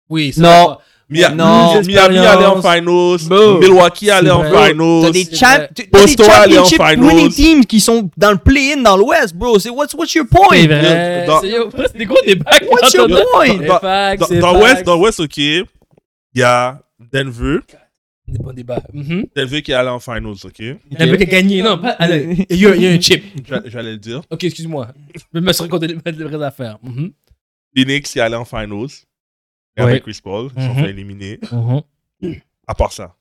Speaker 1: Oui, ça
Speaker 2: Non.
Speaker 1: va pas.
Speaker 3: Mia-
Speaker 2: Non.
Speaker 1: Des
Speaker 3: Miami allait en finals,
Speaker 2: Bro.
Speaker 3: Milwaukee allait
Speaker 1: C'est
Speaker 3: en
Speaker 1: vrai.
Speaker 2: T'as
Speaker 3: finals.
Speaker 2: des,
Speaker 1: c'est
Speaker 2: champ
Speaker 1: vrai.
Speaker 2: t'as- t'as des
Speaker 3: Boston allait en
Speaker 2: championship
Speaker 3: finals.
Speaker 2: winning teams qui sont dans le play-in dans l'Ouest, bro. C'est what's, what's your point?
Speaker 1: C'est vrai.
Speaker 3: Dans-
Speaker 1: C'est yo, c'est des gros débats. que
Speaker 2: What's your
Speaker 1: j'entends.
Speaker 2: point?
Speaker 1: C'est
Speaker 3: Dans-
Speaker 1: fact,
Speaker 3: Dans-
Speaker 1: c'est
Speaker 3: Dans l'Ouest,
Speaker 1: fact.
Speaker 3: dans l'Ouest, OK, il y a Denver.
Speaker 1: Des bons débats. Mhm.
Speaker 3: Denver qui est allé en finals, OK?
Speaker 1: Il y en a qui a gagné. Non, pas. allez, Il y a il y a un chip.
Speaker 3: J'a- J'allais le dire.
Speaker 1: Ok, excuse-moi. Je me suis raconté les les vraies affaires. Mhm.
Speaker 3: Phoenix qui est allé en finals. Et
Speaker 1: Ouais.
Speaker 3: Avec Chris Paul, ils sont
Speaker 1: Mhm.
Speaker 3: fait éliminer. À part ça.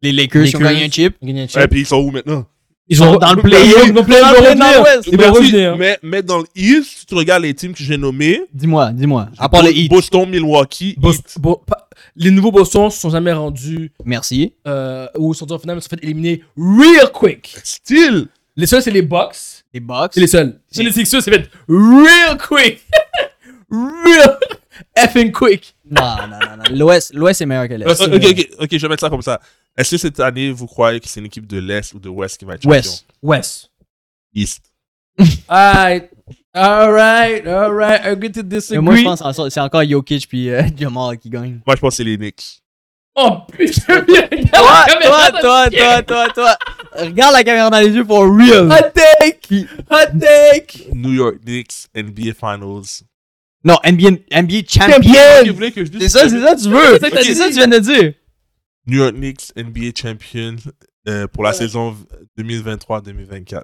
Speaker 2: Les Lakers,
Speaker 1: Lakers.
Speaker 2: ont gagné un chip.
Speaker 1: Ils ont gagné un
Speaker 3: Et
Speaker 1: chip.
Speaker 3: puis ils sont où maintenant?
Speaker 1: Ils ont
Speaker 2: dans le
Speaker 1: play-in,
Speaker 2: play-in.
Speaker 1: Ils vont play-in,
Speaker 2: Dans
Speaker 1: ils
Speaker 2: le
Speaker 1: vont
Speaker 2: play-in, dans
Speaker 1: revenir.
Speaker 2: l'Ouest.
Speaker 1: Ils vont
Speaker 3: Merci.
Speaker 1: revenir.
Speaker 3: mais, mais dans l'East, si tu regardes les teams que j'ai nommés,
Speaker 2: Dis-moi, dis-moi. À part
Speaker 3: Bo-
Speaker 2: le Heat.
Speaker 3: Boston, Milwaukee,
Speaker 1: Bos-
Speaker 3: Heat.
Speaker 1: Bo- pa- Les nouveaux Boston se sont jamais rendus
Speaker 2: Merci.
Speaker 1: euh, ou sont en finale, mais se sont fait éliminer real quick.
Speaker 3: Still,
Speaker 1: Les seuls, c'est les Bucks.
Speaker 2: Les Bucks.
Speaker 1: C'est les seuls. C'est les Sixers, c'est fait real quick. real effing quick.
Speaker 2: Non, non, non, non. L'Ouest, l'Ouest est meilleur que l'Est.
Speaker 3: Euh, ok, ok, ok, je vais mettre ça comme ça. Est-ce que cette année, vous croyez que c'est une équipe de l'Est ou de l'Ouest qui va être champion
Speaker 2: Ouest.
Speaker 1: West.
Speaker 3: East.
Speaker 1: Alright. Alright. Alright. Agree to
Speaker 2: Mais moi, je
Speaker 1: disagree.
Speaker 2: pense en so- c'est encore Jokic puis euh, Jamal qui gagne.
Speaker 3: Moi, je pense que c'est les Knicks.
Speaker 1: Oh putain, regarde la
Speaker 2: Toi,
Speaker 1: caméra
Speaker 2: toi,
Speaker 1: dans-
Speaker 2: toi, toi, toi, toi. Regarde la caméra dans les yeux pour real.
Speaker 1: Hot take! Hot take!
Speaker 3: New York Knicks, NBA Finals.
Speaker 2: Non, NBA, NBA
Speaker 3: Vous
Speaker 2: champion.
Speaker 3: voulez que je dise-
Speaker 2: C'est ça, c'est ça que tu veux.
Speaker 1: C'est ça que t'as
Speaker 2: C'est ça que
Speaker 1: dit.
Speaker 2: tu viens de dire.
Speaker 3: New York Knicks, NBA champion euh, pour la saison 2023-2024.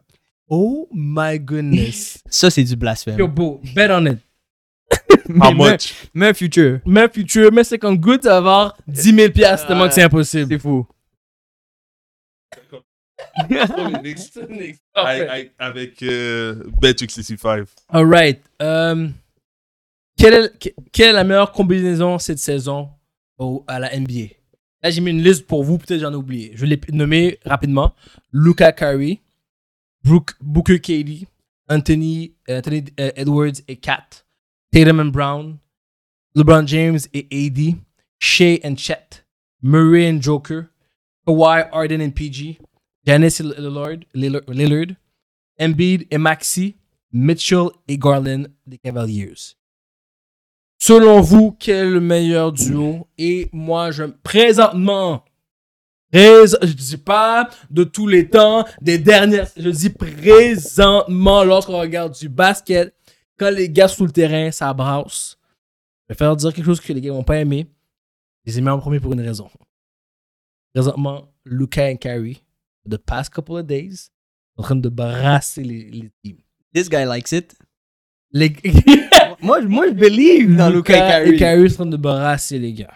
Speaker 1: Oh my goodness.
Speaker 2: Ça, c'est du
Speaker 1: Yo,
Speaker 2: blasphème.
Speaker 1: beau, bet on it.
Speaker 2: Mais
Speaker 3: How
Speaker 2: mets-
Speaker 3: much?
Speaker 2: Mets future.
Speaker 1: Mais futur, mais c'est comme good d'avoir 10 000 piastres tellement que c'est impossible.
Speaker 2: C'est fou.
Speaker 3: Avec- Avec euh, Bet365.
Speaker 1: Alright. Euh, quelle, est, que- quelle est la meilleure combinaison cette saison au- à la NBA? Là, j'ai mis une liste pour vous, peut-être j'en ai oublié. Je l'ai nommé rapidement. Luca Curry, Brook- Booker Katie, Anthony, euh, Anthony euh, Edwards et Kat, Tatum and Brown, LeBron James et AD, Shea and Chet, Murray and Joker, Kawhi, Arden and PG, Janice et Lillard, Lillard, Lillard, Embiid et Maxi, Mitchell et Garland des Cavaliers. Selon vous, quel est le meilleur duo? Et moi, je présentement, prés- je dis pas de tous les temps, des dernières, je dis présentement, lorsqu'on regarde du basket, quand les gars sous le terrain, ça brasse. Je vais faire dire quelque chose que les gars n'ont pas aimé. Je les ai mis en premier pour une raison. Présentement, Luca et Kyrie, the past couple of days, sont en train de brasser les, les teams.
Speaker 2: This guy likes it.
Speaker 1: Les...
Speaker 2: Moi, je- moi je believe dans Luca
Speaker 1: et
Speaker 2: et Kyrie.
Speaker 1: Kyrie sont de brasser, les gars.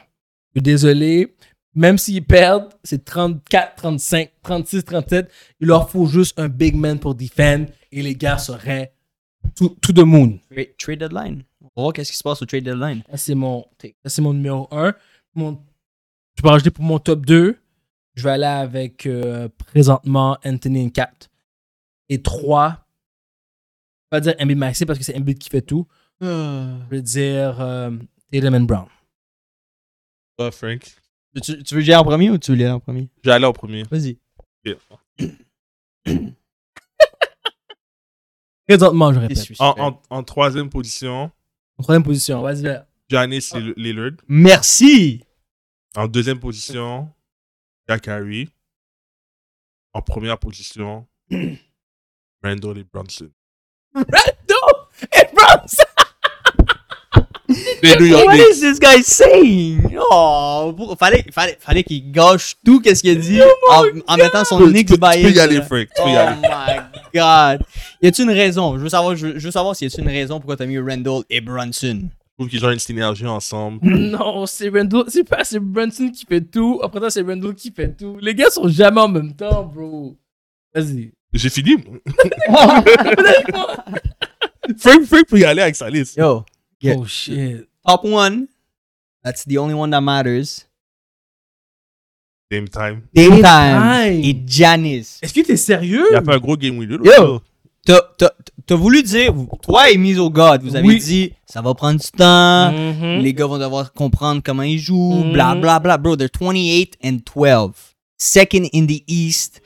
Speaker 1: Je suis désolé. Même s'ils perdent, c'est 34, 35, 36, 37. Il leur faut juste un big man pour defend et les gars seraient tout, tout de moon.
Speaker 2: Tra- Trade deadline. On va voir qu'est-ce qui se passe au trade deadline.
Speaker 1: Ça, c'est mon take. Ça, c'est mon numéro 1. Mon... Je vais rajouter pour mon top 2. Je vais aller avec euh, présentement Anthony and Cat. Et 3. Je vais pas dire Embiid Maxi parce que c'est Embiid qui fait tout. Je vais dire euh, Tatum and Brown.
Speaker 3: Toi, Frank.
Speaker 2: Tu, tu veux gérer en premier ou tu veux lire en premier?
Speaker 3: J'allais en premier.
Speaker 2: Vas-y.
Speaker 1: Présentement, je répète.
Speaker 3: En, en, en troisième position,
Speaker 1: En troisième position, vas-y. Léa.
Speaker 3: Janice Lill- Lillard.
Speaker 2: Merci!
Speaker 3: En deuxième position, Zachary. En première position, Randall et Brunson.
Speaker 1: Non! Et Brunson!
Speaker 3: Les New York
Speaker 2: What
Speaker 3: Knicks.
Speaker 2: is this guy saying? Oh, pour- fallait, fallait, fallait qu'il gâche tout qu'est-ce qu'il a dit en, en mettant son
Speaker 3: Oh Tu peux-
Speaker 2: Knicks
Speaker 3: tu peux-
Speaker 2: bias.
Speaker 3: Tu peux y aller,
Speaker 2: là.
Speaker 3: Frank. Tu
Speaker 2: Oh
Speaker 3: peux y aller.
Speaker 2: my god. Y a-tu une raison? Je veux savoir, je veux, je veux savoir s'il y a une raison pourquoi t'as mis Randall et Brunson.
Speaker 3: Je trouve qu'ils ont une synergie ensemble.
Speaker 1: Non, c'est Randall. C'est pas, c'est Brunson qui fait tout. Après ça, c'est Randall qui fait tout. Les gars sont jamais en même temps, bro. Vas-y.
Speaker 3: J'ai fini. Frank, Frank peut y aller avec sa liste.
Speaker 2: Yo, Yeah.
Speaker 1: Oh shit.
Speaker 2: top one. That's the only one that matters.
Speaker 3: Same time.
Speaker 2: Daytime
Speaker 1: Time.
Speaker 2: et Janice.
Speaker 1: Est-ce que t'es sérieux?
Speaker 3: Il a fait un gros game winner.
Speaker 2: Yo. T'as t'as- t'as voulu dire, vous- toi et Miso God, vous avez
Speaker 1: Oui.
Speaker 2: dit, ça va prendre du temps,
Speaker 1: Mhm.
Speaker 2: les gars vont devoir comprendre comment ils jouent,
Speaker 1: Mhm.
Speaker 2: bla bla bla, bro. They're 28 and 12. Second in the East.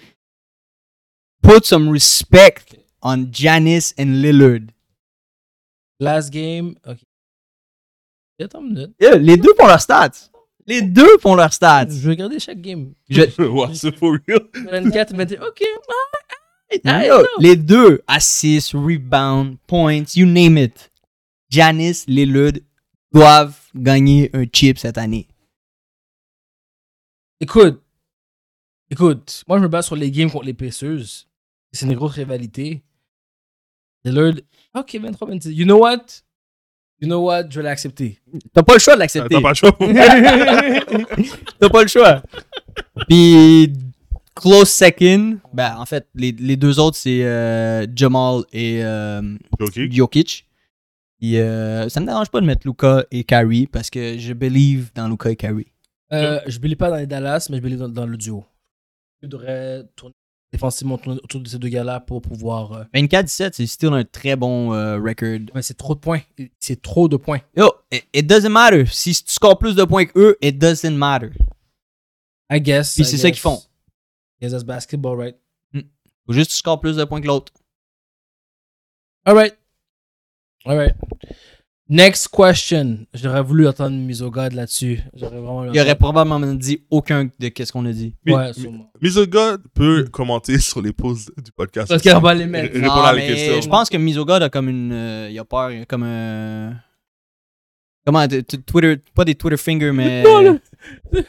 Speaker 2: Put some respect on Janice and Lillard.
Speaker 1: Last game. Ok. Attends une minute.
Speaker 2: Yeah, les deux font leurs stats. Les deux font leurs stats.
Speaker 1: Je vais regarder chaque game.
Speaker 3: Wow, c'est for real.
Speaker 1: 24, 21. Ok. alright, alright,
Speaker 2: Yo,
Speaker 1: non.
Speaker 2: les deux, assists, rebounds, points, you name it. Janice, Lillard doivent gagner un chip cette année.
Speaker 1: Écoute. Écoute. Moi, je me base sur les games contre les Pacers. C'est une grosse rivalité. Lillard. Ok, 23, 26. You know what? You know what? Je vais l'accepter.
Speaker 2: T'as pas le choix de
Speaker 3: T'as
Speaker 2: l'accepter.
Speaker 3: t'as pas le choix.
Speaker 2: T'as pas le choix. Puis, close second, ben, en fait, les, les deux autres, c'est euh, Jamal et euh,
Speaker 3: Ok.
Speaker 2: Jokic. Puis, euh, ça me dérange pas de mettre Luca et Kyrie parce que je believe dans Luca et Kyrie.
Speaker 1: Euh, je ne pas dans les Dallas, mais je believe dans, dans le duo. Je devrais tourner défensivement tourner autour de ces deux gars-là pour pouvoir. euh,
Speaker 2: 24-17, c'est still un très bon euh, record
Speaker 1: Mais c'est trop de points. C'est trop de points.
Speaker 2: Yo, it, it doesn't matter. Si tu scores plus de points que eux, it doesn't matter.
Speaker 1: I guess.
Speaker 2: Puis
Speaker 1: I
Speaker 2: c'est ça
Speaker 1: guess.
Speaker 2: qu'ils font.
Speaker 1: I guess that's basketball, right?
Speaker 2: Faut juste que tu scores plus de points que l'autre.
Speaker 1: All right. All right. Next question. J'aurais voulu entendre Misogod là-dessus. J'aurais vraiment voulu
Speaker 2: Il aurait
Speaker 1: entendre-
Speaker 2: probablement dit aucun de qu'est-ce qu'on a dit.
Speaker 3: Mi-
Speaker 1: Ouais,
Speaker 3: Mi-
Speaker 1: sûrement.
Speaker 3: Misogod peut commenter sur les pauses du podcast.
Speaker 1: Parce qu'il va les mettre.
Speaker 3: Répondre à la
Speaker 2: mais
Speaker 3: question.
Speaker 2: Je pense que Misogod a comme une. euh, il a peur, il a comme un. comment, de- de- Twitter, pas des Twitter fingers, mais.
Speaker 1: Non, là.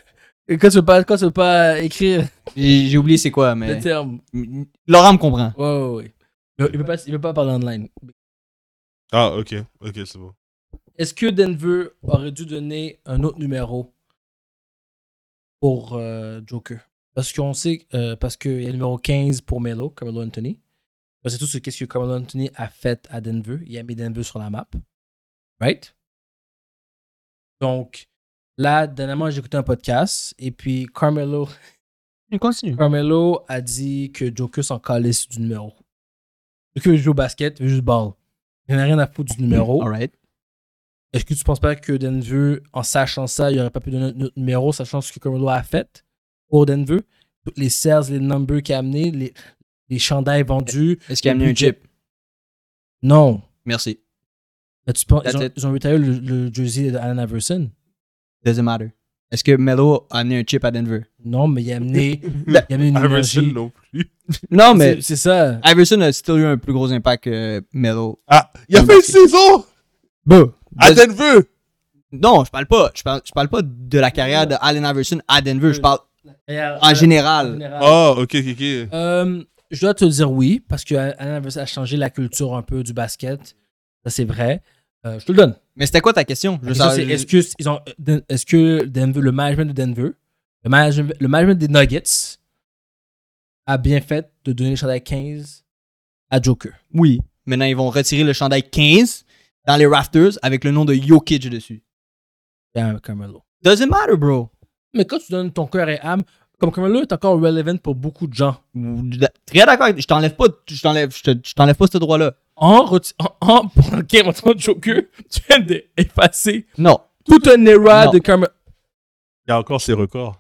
Speaker 1: Et Quand tu veux pas, quand tu veux pas écrire
Speaker 2: J'ai j'ai oublié c'est quoi, mais.
Speaker 1: le terme.
Speaker 2: M- Laurent me comprend.
Speaker 1: Ouais, ouais, ouais. Il il peut pas, il peut pas parler online.
Speaker 3: Ah, ok. Ok, c'est bon.
Speaker 1: Est-ce que Denver aurait dû donner un autre numéro pour euh, Joker Parce qu'on sait, euh, parce qu'il y a le numéro 15 pour Melo, Carmelo Anthony. On sait tous ce qu'est-ce que Carmelo Anthony a fait à Denver. Il a mis Denver sur la map. Right Donc, là, dernièrement, j'ai écouté un podcast et puis Carmelo,
Speaker 2: Continue.
Speaker 1: Carmelo a dit que Joker s'en calisse du numéro. Joker veut jouer au basket, il veut juste ball. Il n'a rien à foutre du numéro.
Speaker 2: Alright.
Speaker 1: Est-ce que tu penses pas que Denver, en sachant ça, il aurait pas pu donner un autre numéro, sachant ce que Carmelo a fait pour Denver? Toutes les sales, les numbers qu'il a amenés, les, les chandails vendus.
Speaker 2: Est-ce qu'il a amené un chip
Speaker 1: Non.
Speaker 2: Merci.
Speaker 1: Là, tu penses,
Speaker 2: That's
Speaker 1: ils, ont,
Speaker 2: it.
Speaker 1: ils ont retiré le, le jersey d'Alan Iverson?
Speaker 2: Doesn't matter. Est-ce que Melo a amené un chip à Denver
Speaker 1: Non, mais il a amené,
Speaker 3: La-
Speaker 1: il a amené une
Speaker 3: Iverson
Speaker 1: énergie.
Speaker 3: non plus.
Speaker 2: Non, mais.
Speaker 1: C'est c'est ça.
Speaker 2: Iverson a still eu un plus gros impact que Melo.
Speaker 3: Ah, il a
Speaker 2: Non,
Speaker 3: fait une
Speaker 2: merci.
Speaker 3: saison
Speaker 2: Bon.
Speaker 3: à Denver.
Speaker 2: Non, je parle pas. Je parle, je parle pas de la carrière de Allen Iverson à Denver. Je parle en
Speaker 1: En
Speaker 2: général.
Speaker 3: Ah, ok, ok, ok.
Speaker 1: Euh, je dois te dire oui, parce que Allen Iverson a changé la culture un peu du basket. Ça, c'est vrai. Euh, je te le donne.
Speaker 2: Mais c'était quoi ta question? Je
Speaker 1: La question, c'est,
Speaker 2: savais-
Speaker 1: Est-ce que, ils ont- Den- est-ce que Denver- le management de Denver, le management, le management des Nuggets, a bien fait de donner le chandail 15 à Joker?
Speaker 2: Oui. Maintenant, ils vont retirer le chandail 15 dans les rafters avec le nom de Jokic dessus.
Speaker 1: et à Carmelo.
Speaker 2: Doesn't matter, bro.
Speaker 1: Mais quand tu donnes ton cœur et âme, comme Carmelo est encore relevant pour beaucoup de gens,
Speaker 2: Très d'accord. avec- Je t'enlève pas, je t'enlève, je te- je t'enlève pas ce droit-là.
Speaker 1: en, reti- en, en, pour le game en tant que Joker, tu viens d'effacer
Speaker 2: Non.
Speaker 1: tout un era
Speaker 2: Non.
Speaker 1: de Carmelo.
Speaker 3: Il y a encore ses records.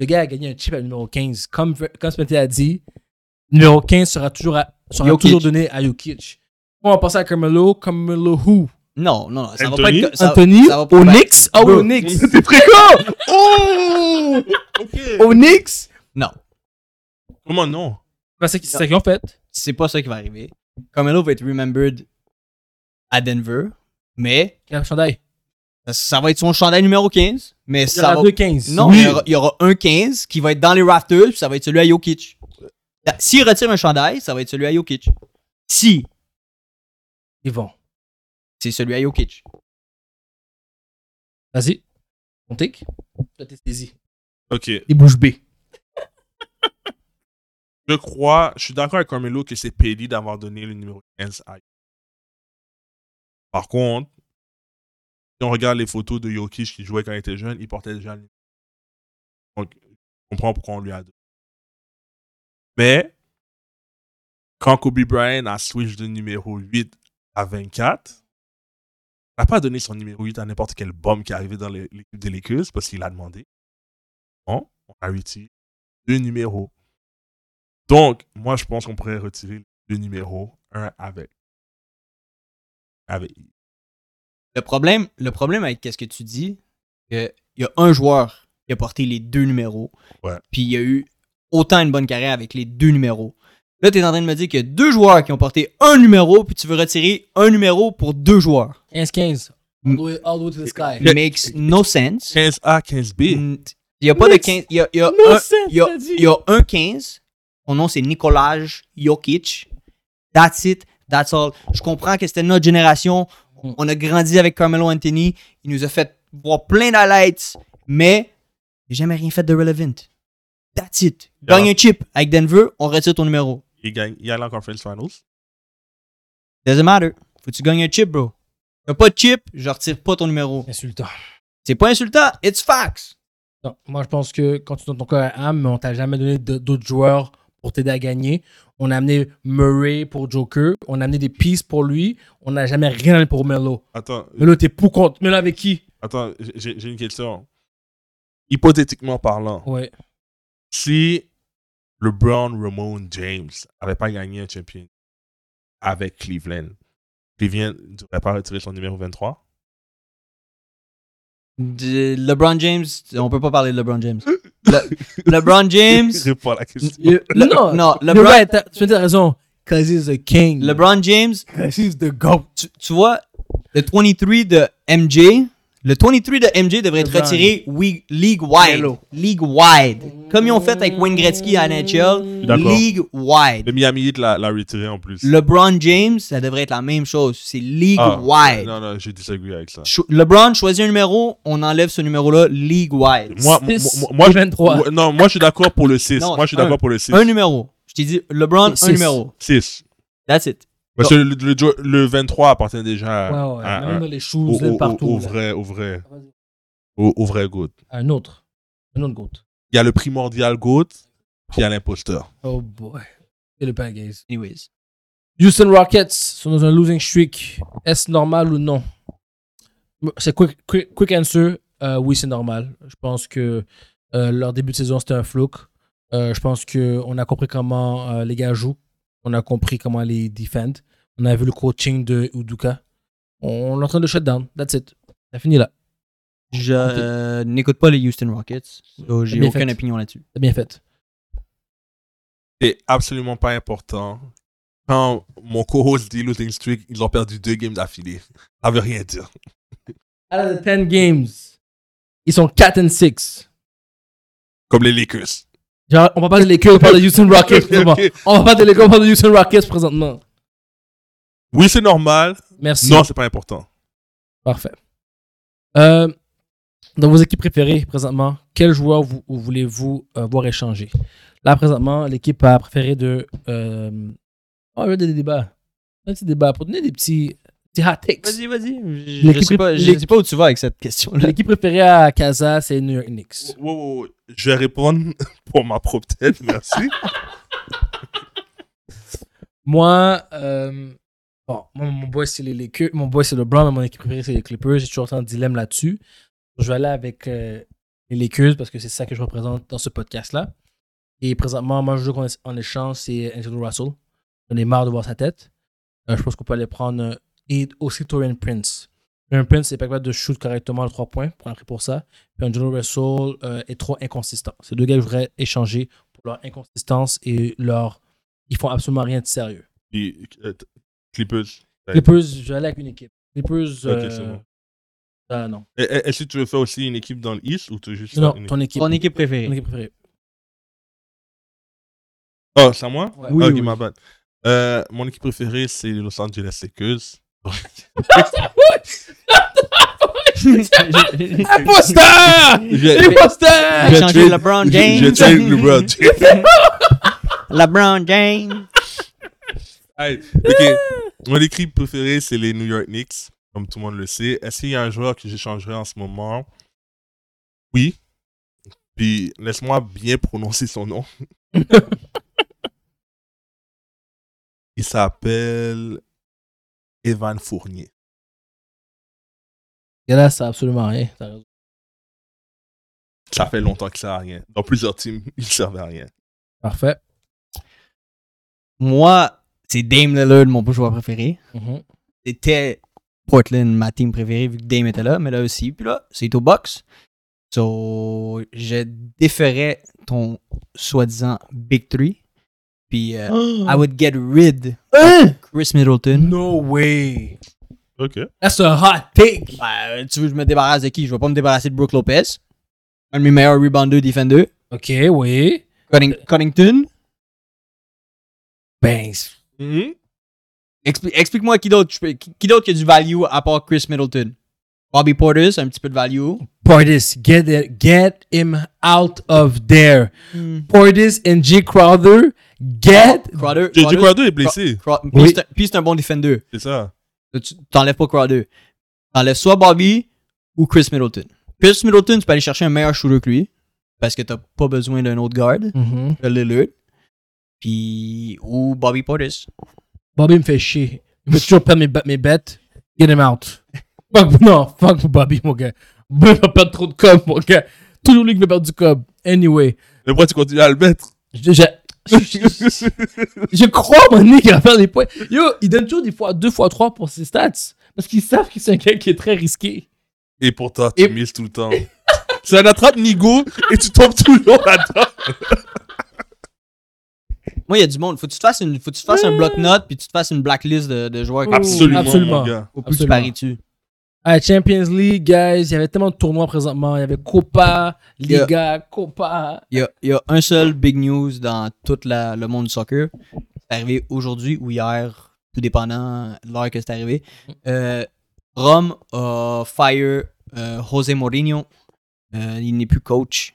Speaker 1: Le gars a gagné un chip à numéro 15. Comme, comme Spencer a dit, numéro 15 sera toujours, à- sera
Speaker 2: Jokic.
Speaker 1: toujours donné à Jokic. On va passer à Carmelo. Carmelo who?
Speaker 2: Non, non, non, ça
Speaker 3: Anthony?
Speaker 2: va pas être. ça-
Speaker 1: Anthony,
Speaker 2: ça va pas-
Speaker 1: Onyx, ah oui,
Speaker 2: Bro.
Speaker 1: Onyx,
Speaker 3: T'es très con Oh Ok.
Speaker 1: Onyx.
Speaker 2: Non,
Speaker 3: Comment non
Speaker 1: Ben, c'est c'est ça qu'ils ont fait.
Speaker 2: c'est pas ça qui va arriver. Carmelo va être remembered à Denver, mais
Speaker 1: Il y a un chandail.
Speaker 2: ça, ça va être son chandail numéro 15.
Speaker 1: Il
Speaker 2: Mais
Speaker 1: y en
Speaker 2: ça
Speaker 1: a
Speaker 2: va.
Speaker 1: deux 15.
Speaker 2: Non, il, y aura, il y aura un 15 qui va être dans les rafters, puis ça va être celui à Jokic. Là, S'il retire un chandail, ça va être celui à Jokic. Si,
Speaker 1: Ils vont.
Speaker 2: c'est celui à Jokic.
Speaker 1: Vas-y. On tic. Toi, t'es saisi.
Speaker 3: Ok.
Speaker 1: Les bouches B.
Speaker 3: Je crois, je suis d'accord avec Carmelo que c'est pédi d'avoir donné le numéro 15 à Par contre, si on regarde les photos de Jokic qui jouait quand il était jeune, il portait déjà le numéro. Donc, je comprends pourquoi on lui a donné. Mais, quand Kobe Bryant a switch de numéro 8 à 24, il n'a pas donné son numéro 8 à n'importe quel bombe qui arrivait dans le- l'équipe des Lakers parce qu'il a demandé. Non, on a retiré deux numéros. Donc, moi, je pense qu'on pourrait retirer le numéro 1 avec. Avec.
Speaker 2: Le problème, le problème avec qu'est-ce que tu dis, que il y a un joueur qui a porté les deux numéros,
Speaker 3: Ouais.
Speaker 2: puis il y a eu autant une bonne carrière avec les deux numéros. Là, tu es en train de me dire qu'il y a deux joueurs qui ont porté un numéro, puis tu veux retirer un numéro pour deux joueurs.
Speaker 1: 15-15. All the way- all the way to the sky.
Speaker 2: It makes no sense.
Speaker 3: 15A, 15B.
Speaker 2: Mm, Il n'y a pas de
Speaker 1: Makes
Speaker 2: 15. Il y a, il y a
Speaker 1: no
Speaker 2: un,
Speaker 1: sense,
Speaker 2: il y a-
Speaker 1: t'as dit.
Speaker 2: il y a un 15. Son nom, c'est Nikolaj Jokic. That's it. That's all. Je comprends que c'était notre génération.
Speaker 1: Mm.
Speaker 2: On a grandi avec Carmelo Anthony. Il nous a fait voir plein d'highlights, mais il n'a jamais rien fait de relevant. That's it. Gagne
Speaker 3: Yeah.
Speaker 2: un chip avec Denver, on retire ton numéro.
Speaker 3: Il gagne. Il y a la Conference Finals.
Speaker 2: Doesn't matter. Faut que tu gagnes un chip, bro. T'as pas de chip, je retire pas ton numéro.
Speaker 1: Insultant.
Speaker 2: C'est pas insultant, it's facts.
Speaker 1: Non, moi, je pense que quand tu donnes ton cœur et âme, mais on t'a jamais donné de- d'autres joueurs pour t'aider à gagner. On a amené Murray pour Joker. On a amené des pieces pour lui. On n'a jamais rien amené pour Melo.
Speaker 3: Attends, euh,
Speaker 1: Melo, t'es pour contre. Melo avec qui
Speaker 3: attends j'ai j'ai une question. Hypothétiquement parlant,
Speaker 1: Ouais.
Speaker 3: si LeBron Ramon James avait pas gagné un champion, avec Cleveland. Cleveland ne devrait pas retirer son numéro 23.
Speaker 2: De- LeBron James, on peut pas parler de LeBron James. Le- LeBron James,
Speaker 3: Réponds à la question.
Speaker 2: Le-
Speaker 1: non,
Speaker 2: non,
Speaker 1: you're
Speaker 2: LeBron-
Speaker 1: right, t'as- tu as raison. Cause he's the king.
Speaker 2: LeBron James,
Speaker 1: Cause he's the goat.
Speaker 2: tu, tu vois, le 23 de MJ, le 23 de MJ devrait être
Speaker 1: LeBron.
Speaker 2: retiré oui, league wide.
Speaker 1: Hello.
Speaker 2: League wide. Comme ils ont fait avec Wayne Gretzky à NHL,
Speaker 3: D'accord.
Speaker 2: league wide.
Speaker 3: Mais Miami Heat l'a l'a retiré en plus.
Speaker 2: LeBron James, ça devrait être la même chose. C'est league
Speaker 3: Ah,
Speaker 2: wide.
Speaker 3: Non, non, je disagree avec ça.
Speaker 2: Cho- LeBron choisit un numéro, on enlève ce numéro-là league wide.
Speaker 3: Moi, moi,
Speaker 1: Six
Speaker 3: moi, moi,
Speaker 1: et
Speaker 3: je-
Speaker 1: 23.
Speaker 3: Ouais, non, moi, je suis d'accord pour le 6.
Speaker 2: Non,
Speaker 3: moi, je suis
Speaker 2: un.
Speaker 3: d'accord pour le 6.
Speaker 2: Un numéro. Je t'ai dit, LeBron,
Speaker 1: Six.
Speaker 2: un numéro.
Speaker 3: 6.
Speaker 2: That's it.
Speaker 3: Parce que le, le jo- le 23 appartient déjà
Speaker 1: Ouais,
Speaker 3: à-
Speaker 1: ouais.
Speaker 3: à-
Speaker 1: même
Speaker 3: à-
Speaker 1: dans les
Speaker 3: au,
Speaker 1: choses,
Speaker 3: au-
Speaker 1: là,
Speaker 3: au-
Speaker 1: partout.
Speaker 3: au
Speaker 1: là.
Speaker 3: vrai, au vrai, au, au vrai GOAT.
Speaker 1: Un autre. Un autre goat.
Speaker 3: Il y a le primordial GOAT, puis il y a l'imposteur.
Speaker 1: Oh boy. Et le Pangaze.
Speaker 2: Anyways.
Speaker 1: Houston Rockets sont dans un losing streak. Est-ce normal ou non? C'est quick, quick, quick answer. Euh, oui, c'est normal. Je pense que euh, leur début de saison, c'était un flouk. Euh, je pense qu'on a compris comment euh, les gars jouent. On a compris comment les defend. On a vu le coaching de Uduka. On est en train de shut down. That's it. Ça finit là.
Speaker 2: Je euh, n'écoute pas les Houston Rockets. so J'ai
Speaker 1: Bien
Speaker 2: aucune
Speaker 1: fait.
Speaker 2: opinion là-dessus.
Speaker 1: C'est bien fait.
Speaker 3: C'est absolument pas important. Quand mon co-host dit Losing Streak, ils ont perdu deux games d'affilée. Ça veut rien dire.
Speaker 1: Out of the 10 games, ils sont 4 and 6.
Speaker 3: Comme les Lakers.
Speaker 1: Genre, on va pas de Lakers, on parle de Houston Rockets. présentement. On va pas de Lakers, on parle de Houston Rockets présentement.
Speaker 3: Oui, c'est normal.
Speaker 1: Merci.
Speaker 3: Non, c'est pas important.
Speaker 1: Parfait. Euh, dans vos équipes préférées présentement, quel joueur vous, vous voulez-vous euh, voir échanger Là, présentement, l'équipe a préféré de. Euh... Oh, il y a des débats. Un petit débat pour donner des petits, petits hot takes.
Speaker 2: Vas-y, vas-y. Je,
Speaker 1: L'équipe-
Speaker 2: je sais pas, je
Speaker 1: l'équipe-
Speaker 2: sais pas où tu vas avec cette question-là.
Speaker 1: L'équipe préférée à Casa, c'est New York Knicks.
Speaker 3: Wow, wow, wow. Je vais répondre pour ma propre tête, merci.
Speaker 1: Moi, euh, bon, moi, mon boy, c'est les Lakers. Mon boy, c'est LeBron, mais mon équipe préférée, c'est les Clippers. J'ai toujours un dilemme là-dessus. Je vais aller avec euh, les Lakers parce que c'est ça que je représente dans ce podcast-là. Et présentement, moi, je joue en, en échange, c'est Angelo Russell. J'en ai marre de voir sa tête. Euh, je pense qu'on peut aller prendre euh, et aussi Torian Prince. Torian Prince n'est pas capable de shoot correctement le 3 points, pour prix pour ça. Puis Angelo Russell euh, est trop inconsistant. Ces deux gars que je voudrais échanger pour leur inconsistance et leur. Ils font absolument rien de sérieux.
Speaker 3: Puis, euh, t- Clippers.
Speaker 1: Clippers, je vais aller avec une équipe. Clippers. euh,
Speaker 3: c'est bon.
Speaker 1: ah, non.
Speaker 3: Et- et- Est-ce que tu veux faire aussi une équipe dans l'East ou tu veux juste faire
Speaker 1: Non,
Speaker 3: une
Speaker 1: ton équipe.
Speaker 2: Ton équipe
Speaker 1: Ton
Speaker 2: préférée.
Speaker 1: équipe préférée.
Speaker 3: Oh, c'est à moi
Speaker 1: Ouais.
Speaker 2: Oui,
Speaker 3: Ah, ok,
Speaker 2: oui.
Speaker 3: my bad. Euh, mon équipe préférée, c'est les Los Angeles Lakers.
Speaker 1: Ah
Speaker 2: Ah,
Speaker 1: Imposteur
Speaker 3: J'ai
Speaker 1: Imposteur
Speaker 3: j'ai
Speaker 2: Changer
Speaker 3: trade-
Speaker 2: LeBron
Speaker 3: j'ai-
Speaker 2: James.
Speaker 3: j'ai trade LeBron James.
Speaker 2: LeBron James.
Speaker 3: Aïe, ok. Mon équipe préférée, c'est les New York Knicks, comme tout le monde le sait. Est-ce qu'il y a un joueur que j'échangerais en ce moment Oui. Puis, laisse-moi bien prononcer son nom. Il s'appelle Evan Fournier.
Speaker 1: Et là, ça a absolument rien. T'as raison.
Speaker 3: Ça fait longtemps qu'il sert à rien. Dans plusieurs teams, il ne servait à rien.
Speaker 1: Parfait.
Speaker 2: Moi, c'est Dame Lillard, mon joueur préféré.
Speaker 1: Mhm.
Speaker 2: C'était Portland, ma team préférée, vu que Dame était là, mais là aussi. Puis là, c'est au box. So, je déferais ton soi-disant Big Three. Puis, euh,
Speaker 1: Oh.
Speaker 2: I would get rid of Chris Middleton.
Speaker 1: Ah No way.
Speaker 3: Ok.
Speaker 1: That's a hot take.
Speaker 2: Ben, tu veux que je me débarrasse de qui Je vais pas me débarrasser de Brooke Lopez. Un de mes meilleurs rebounders, defender.
Speaker 1: Ok, oui.
Speaker 2: Cutting- Connington.
Speaker 1: Ben,
Speaker 2: Expli- Explique-moi qui d'autre je peux- qui qui d'autre qui a du value à part Chris Middleton. Bobby Portis, un petit peu de value.
Speaker 1: Portis, get, it, get him out of there. Portis and G. Crowder, get.
Speaker 2: Crowder.
Speaker 3: J.J.
Speaker 2: Crowder-
Speaker 1: Ah.
Speaker 3: Crowder est blessé,
Speaker 2: Crow- puis
Speaker 1: Oui.
Speaker 2: c'est un- Puis c'est un bon defender.
Speaker 3: c'est ça.
Speaker 2: Tu t'enlèves pas Crowder. T'enlèves soit Bobby ou Chris Middleton. Chris Middleton, tu peux aller chercher un meilleur shooter que lui. Parce que t'as pas besoin d'un autre guard.
Speaker 1: Mhm.
Speaker 2: de Lillard. Puis. Ou Bobby Portis.
Speaker 1: Bobby me fait chier. Il veut toujours perdre mes, ba- mes bêtes. Get him out. Fuck, non, fuck Bobby, mon gars. Bobby va perdre trop de cob, mon gars. Toujours lui qui veut perdre du cob. Anyway,
Speaker 3: Mais pourquoi tu continues à le mettre
Speaker 1: je, je- je, je- je crois, mon nez, qu'il va faire des points. Yo, il donne toujours des fois 2 fois 3 pour ses stats. Parce qu'ils savent que c'est un gars qui est très risqué.
Speaker 3: Et pourtant,
Speaker 1: Et-
Speaker 3: tu mises tout le temps. C'est un attrape Nigo et tu tombes toujours là-dedans.
Speaker 2: Moi, il y a du monde. Faut que tu te fasses, une, faut que tu te fasses un bloc-notes puis tu te fasses une blacklist de, de joueurs.
Speaker 1: Ouh.
Speaker 3: Absolument,
Speaker 1: absolument.
Speaker 3: mon gars.
Speaker 2: Au plus tu
Speaker 1: absolument.
Speaker 2: paries dessus.
Speaker 1: Ah, Champions League, guys, il y avait tellement de tournois présentement. Il y avait Copa, Liga, Copa.
Speaker 2: Il y a, il y a un seul big news dans tout la- le monde du soccer. C'est arrivé aujourd'hui ou hier, tout dépendant de l'heure que c'est arrivé. Euh, Rome a fire euh, José Mourinho. Euh, il n'est plus coach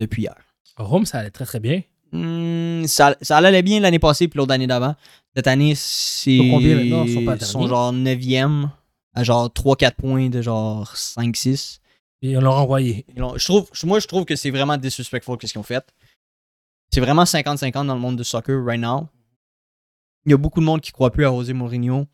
Speaker 2: depuis hier.
Speaker 1: Rome, ça allait très très bien.
Speaker 2: Hmm, ça, ça allait bien l'année passée puis l'autre année d'avant. Cette année, c'est.
Speaker 1: Ils sont combien maintenant? Ils sont pas derniers.
Speaker 2: genre 9e à genre 3-4 points de genre 5-6.
Speaker 1: Et on l'a renvoyé.
Speaker 2: Ils l'ont- Je trouve, je- moi, je trouve que c'est vraiment disrespectful qu'est-ce qu'ils ont fait. C'est vraiment 50-50 dans le monde du soccer right now. Il y a beaucoup de monde qui croit plus à José Mourinho,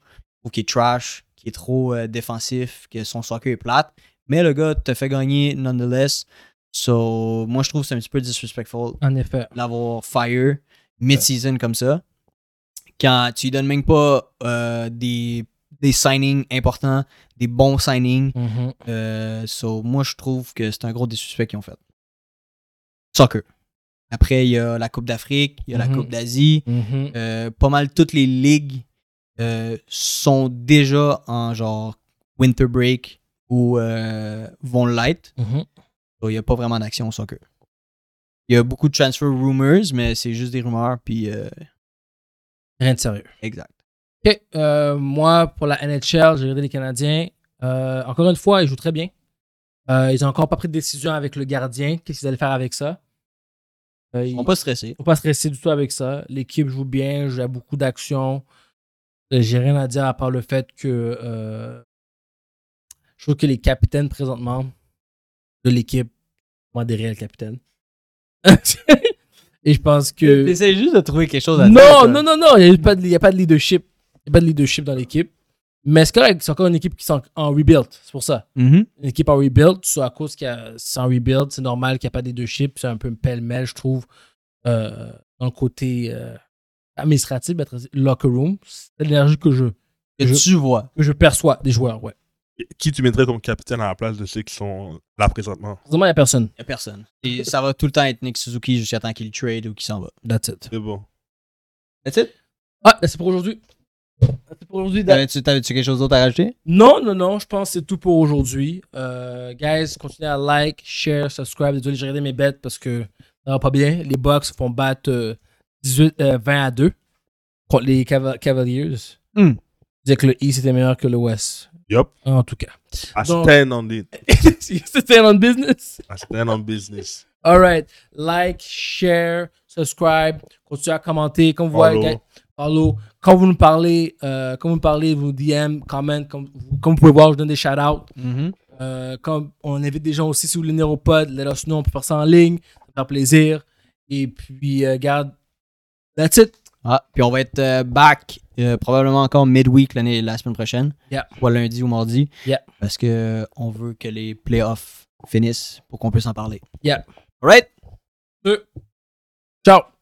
Speaker 2: ou qui est trash, qui est trop euh, défensif, que son soccer est plate. Mais le gars te fait gagner nonetheless. So, moi, je trouve que c'est un petit peu disrespectful
Speaker 1: En effet.
Speaker 2: l'avoir fire mid-season comme ça. Quand tu lui donnes même pas euh, des, des signings importants, des bons signings.
Speaker 1: Mhm.
Speaker 2: Euh, so, moi, je trouve que c'est un gros des suspects qu'ils ont fait. Soccer. Après, il y a la Coupe d'Afrique, il y a
Speaker 1: Mhm.
Speaker 2: la Coupe d'Asie.
Speaker 1: Mhm.
Speaker 2: Euh, pas mal toutes les ligues euh, sont déjà en genre winter break ou euh, vont l'être.
Speaker 1: Mhm.
Speaker 2: Donc, Il n'y a pas vraiment d'action au soccer. Il y a beaucoup de transfer rumors, mais c'est juste des rumeurs, puis euh,
Speaker 1: Rien de sérieux.
Speaker 2: exact.
Speaker 1: Ok, euh, moi, pour la NHL, j'ai regardé les Canadiens. Euh, encore une fois, ils jouent très bien. Euh, ils n'ont encore pas pris de décision avec le gardien. Qu'est-ce qu'ils allaient faire avec ça? Euh,
Speaker 2: Ils
Speaker 1: ils-
Speaker 2: sont pas stressés.
Speaker 1: faut pas stresser du tout avec ça. L'équipe joue bien, il y a beaucoup d'actions. Euh, J'ai rien à dire à part le fait que euh, je trouve que les capitaines présentement de l'équipe sont des réels capitaines. Et je pense que.
Speaker 2: T'essayes juste de trouver quelque chose à faire,
Speaker 1: Non,
Speaker 2: toi.
Speaker 1: non, non, non, il n'y a, pas de- il y a pas de leadership. Il n'y a pas de leadership dans l'équipe. Mais c'est correct, c'est encore une équipe qui est en, en rebuild. C'est pour ça.
Speaker 2: Mhm.
Speaker 1: Une équipe en rebuild, soit à cause qu'il y a c'est en rebuild, c'est normal qu'il n'y a pas des deux chips, c'est un peu une pêle-mêle, je trouve, euh, dans le côté euh, administratif, mais très- locker room. C'est l'énergie que je,
Speaker 2: Que
Speaker 1: Je-
Speaker 2: tu vois.
Speaker 1: que je perçois des joueurs, ouais.
Speaker 3: Qui tu mettrais comme capitaine à la place de ceux qui sont là présentement
Speaker 1: Vraiment, il n'y a personne.
Speaker 2: Il n'y a personne. Et ça va tout le temps être Nick Suzuki jusqu'à temps qu'il trade ou qu'il s'en va.
Speaker 1: That's it.
Speaker 3: C'est bon.
Speaker 2: That's it?
Speaker 1: Ah, c'est pour aujourd'hui. C'est pour aujourd'hui. that's-
Speaker 2: T'avais-tu t'avais-tu quelque chose d'autre à rajouter?
Speaker 1: Non, non, non, je pense que c'est tout pour aujourd'hui. Euh, guys, continuez à like, share, subscribe. Désolé, j'ai regardé mes bêtes parce que ça va pas bien. Les Bucks se font battre euh, 18, euh, 20 à 2 contre les Cava- Cavaliers.
Speaker 2: Hmm.
Speaker 1: Ils disaient que le East était meilleur que le West.
Speaker 3: Yup.
Speaker 1: En tout cas.
Speaker 3: I
Speaker 1: Donc-
Speaker 3: stand on it.
Speaker 1: C'était un business.
Speaker 3: I stand on business.
Speaker 1: All right. Like, share, subscribe. Continuez à commenter. Comme vous
Speaker 3: Follow.
Speaker 1: voyez, guys, follow. Quand vous nous parlez, euh, quand vous me parlez, vous DM, comment, comme, vous- comme vous pouvez voir, je donne des shout-outs. Euh, comme on invite des gens aussi, si vous voulez venir au pod, let us know, on peut faire ça en ligne, ça va faire plaisir. Et puis, euh, garde, that's it.
Speaker 2: Ah, puis on va être euh, back euh, probablement encore midweek l'année- la semaine prochaine.
Speaker 1: Yeah.
Speaker 2: Soit lundi ou mardi.
Speaker 1: Yeah.
Speaker 2: Parce que euh, on veut que les playoffs finissent pour qu'on puisse en parler.
Speaker 1: Yeah.
Speaker 2: All right?
Speaker 1: Ciao.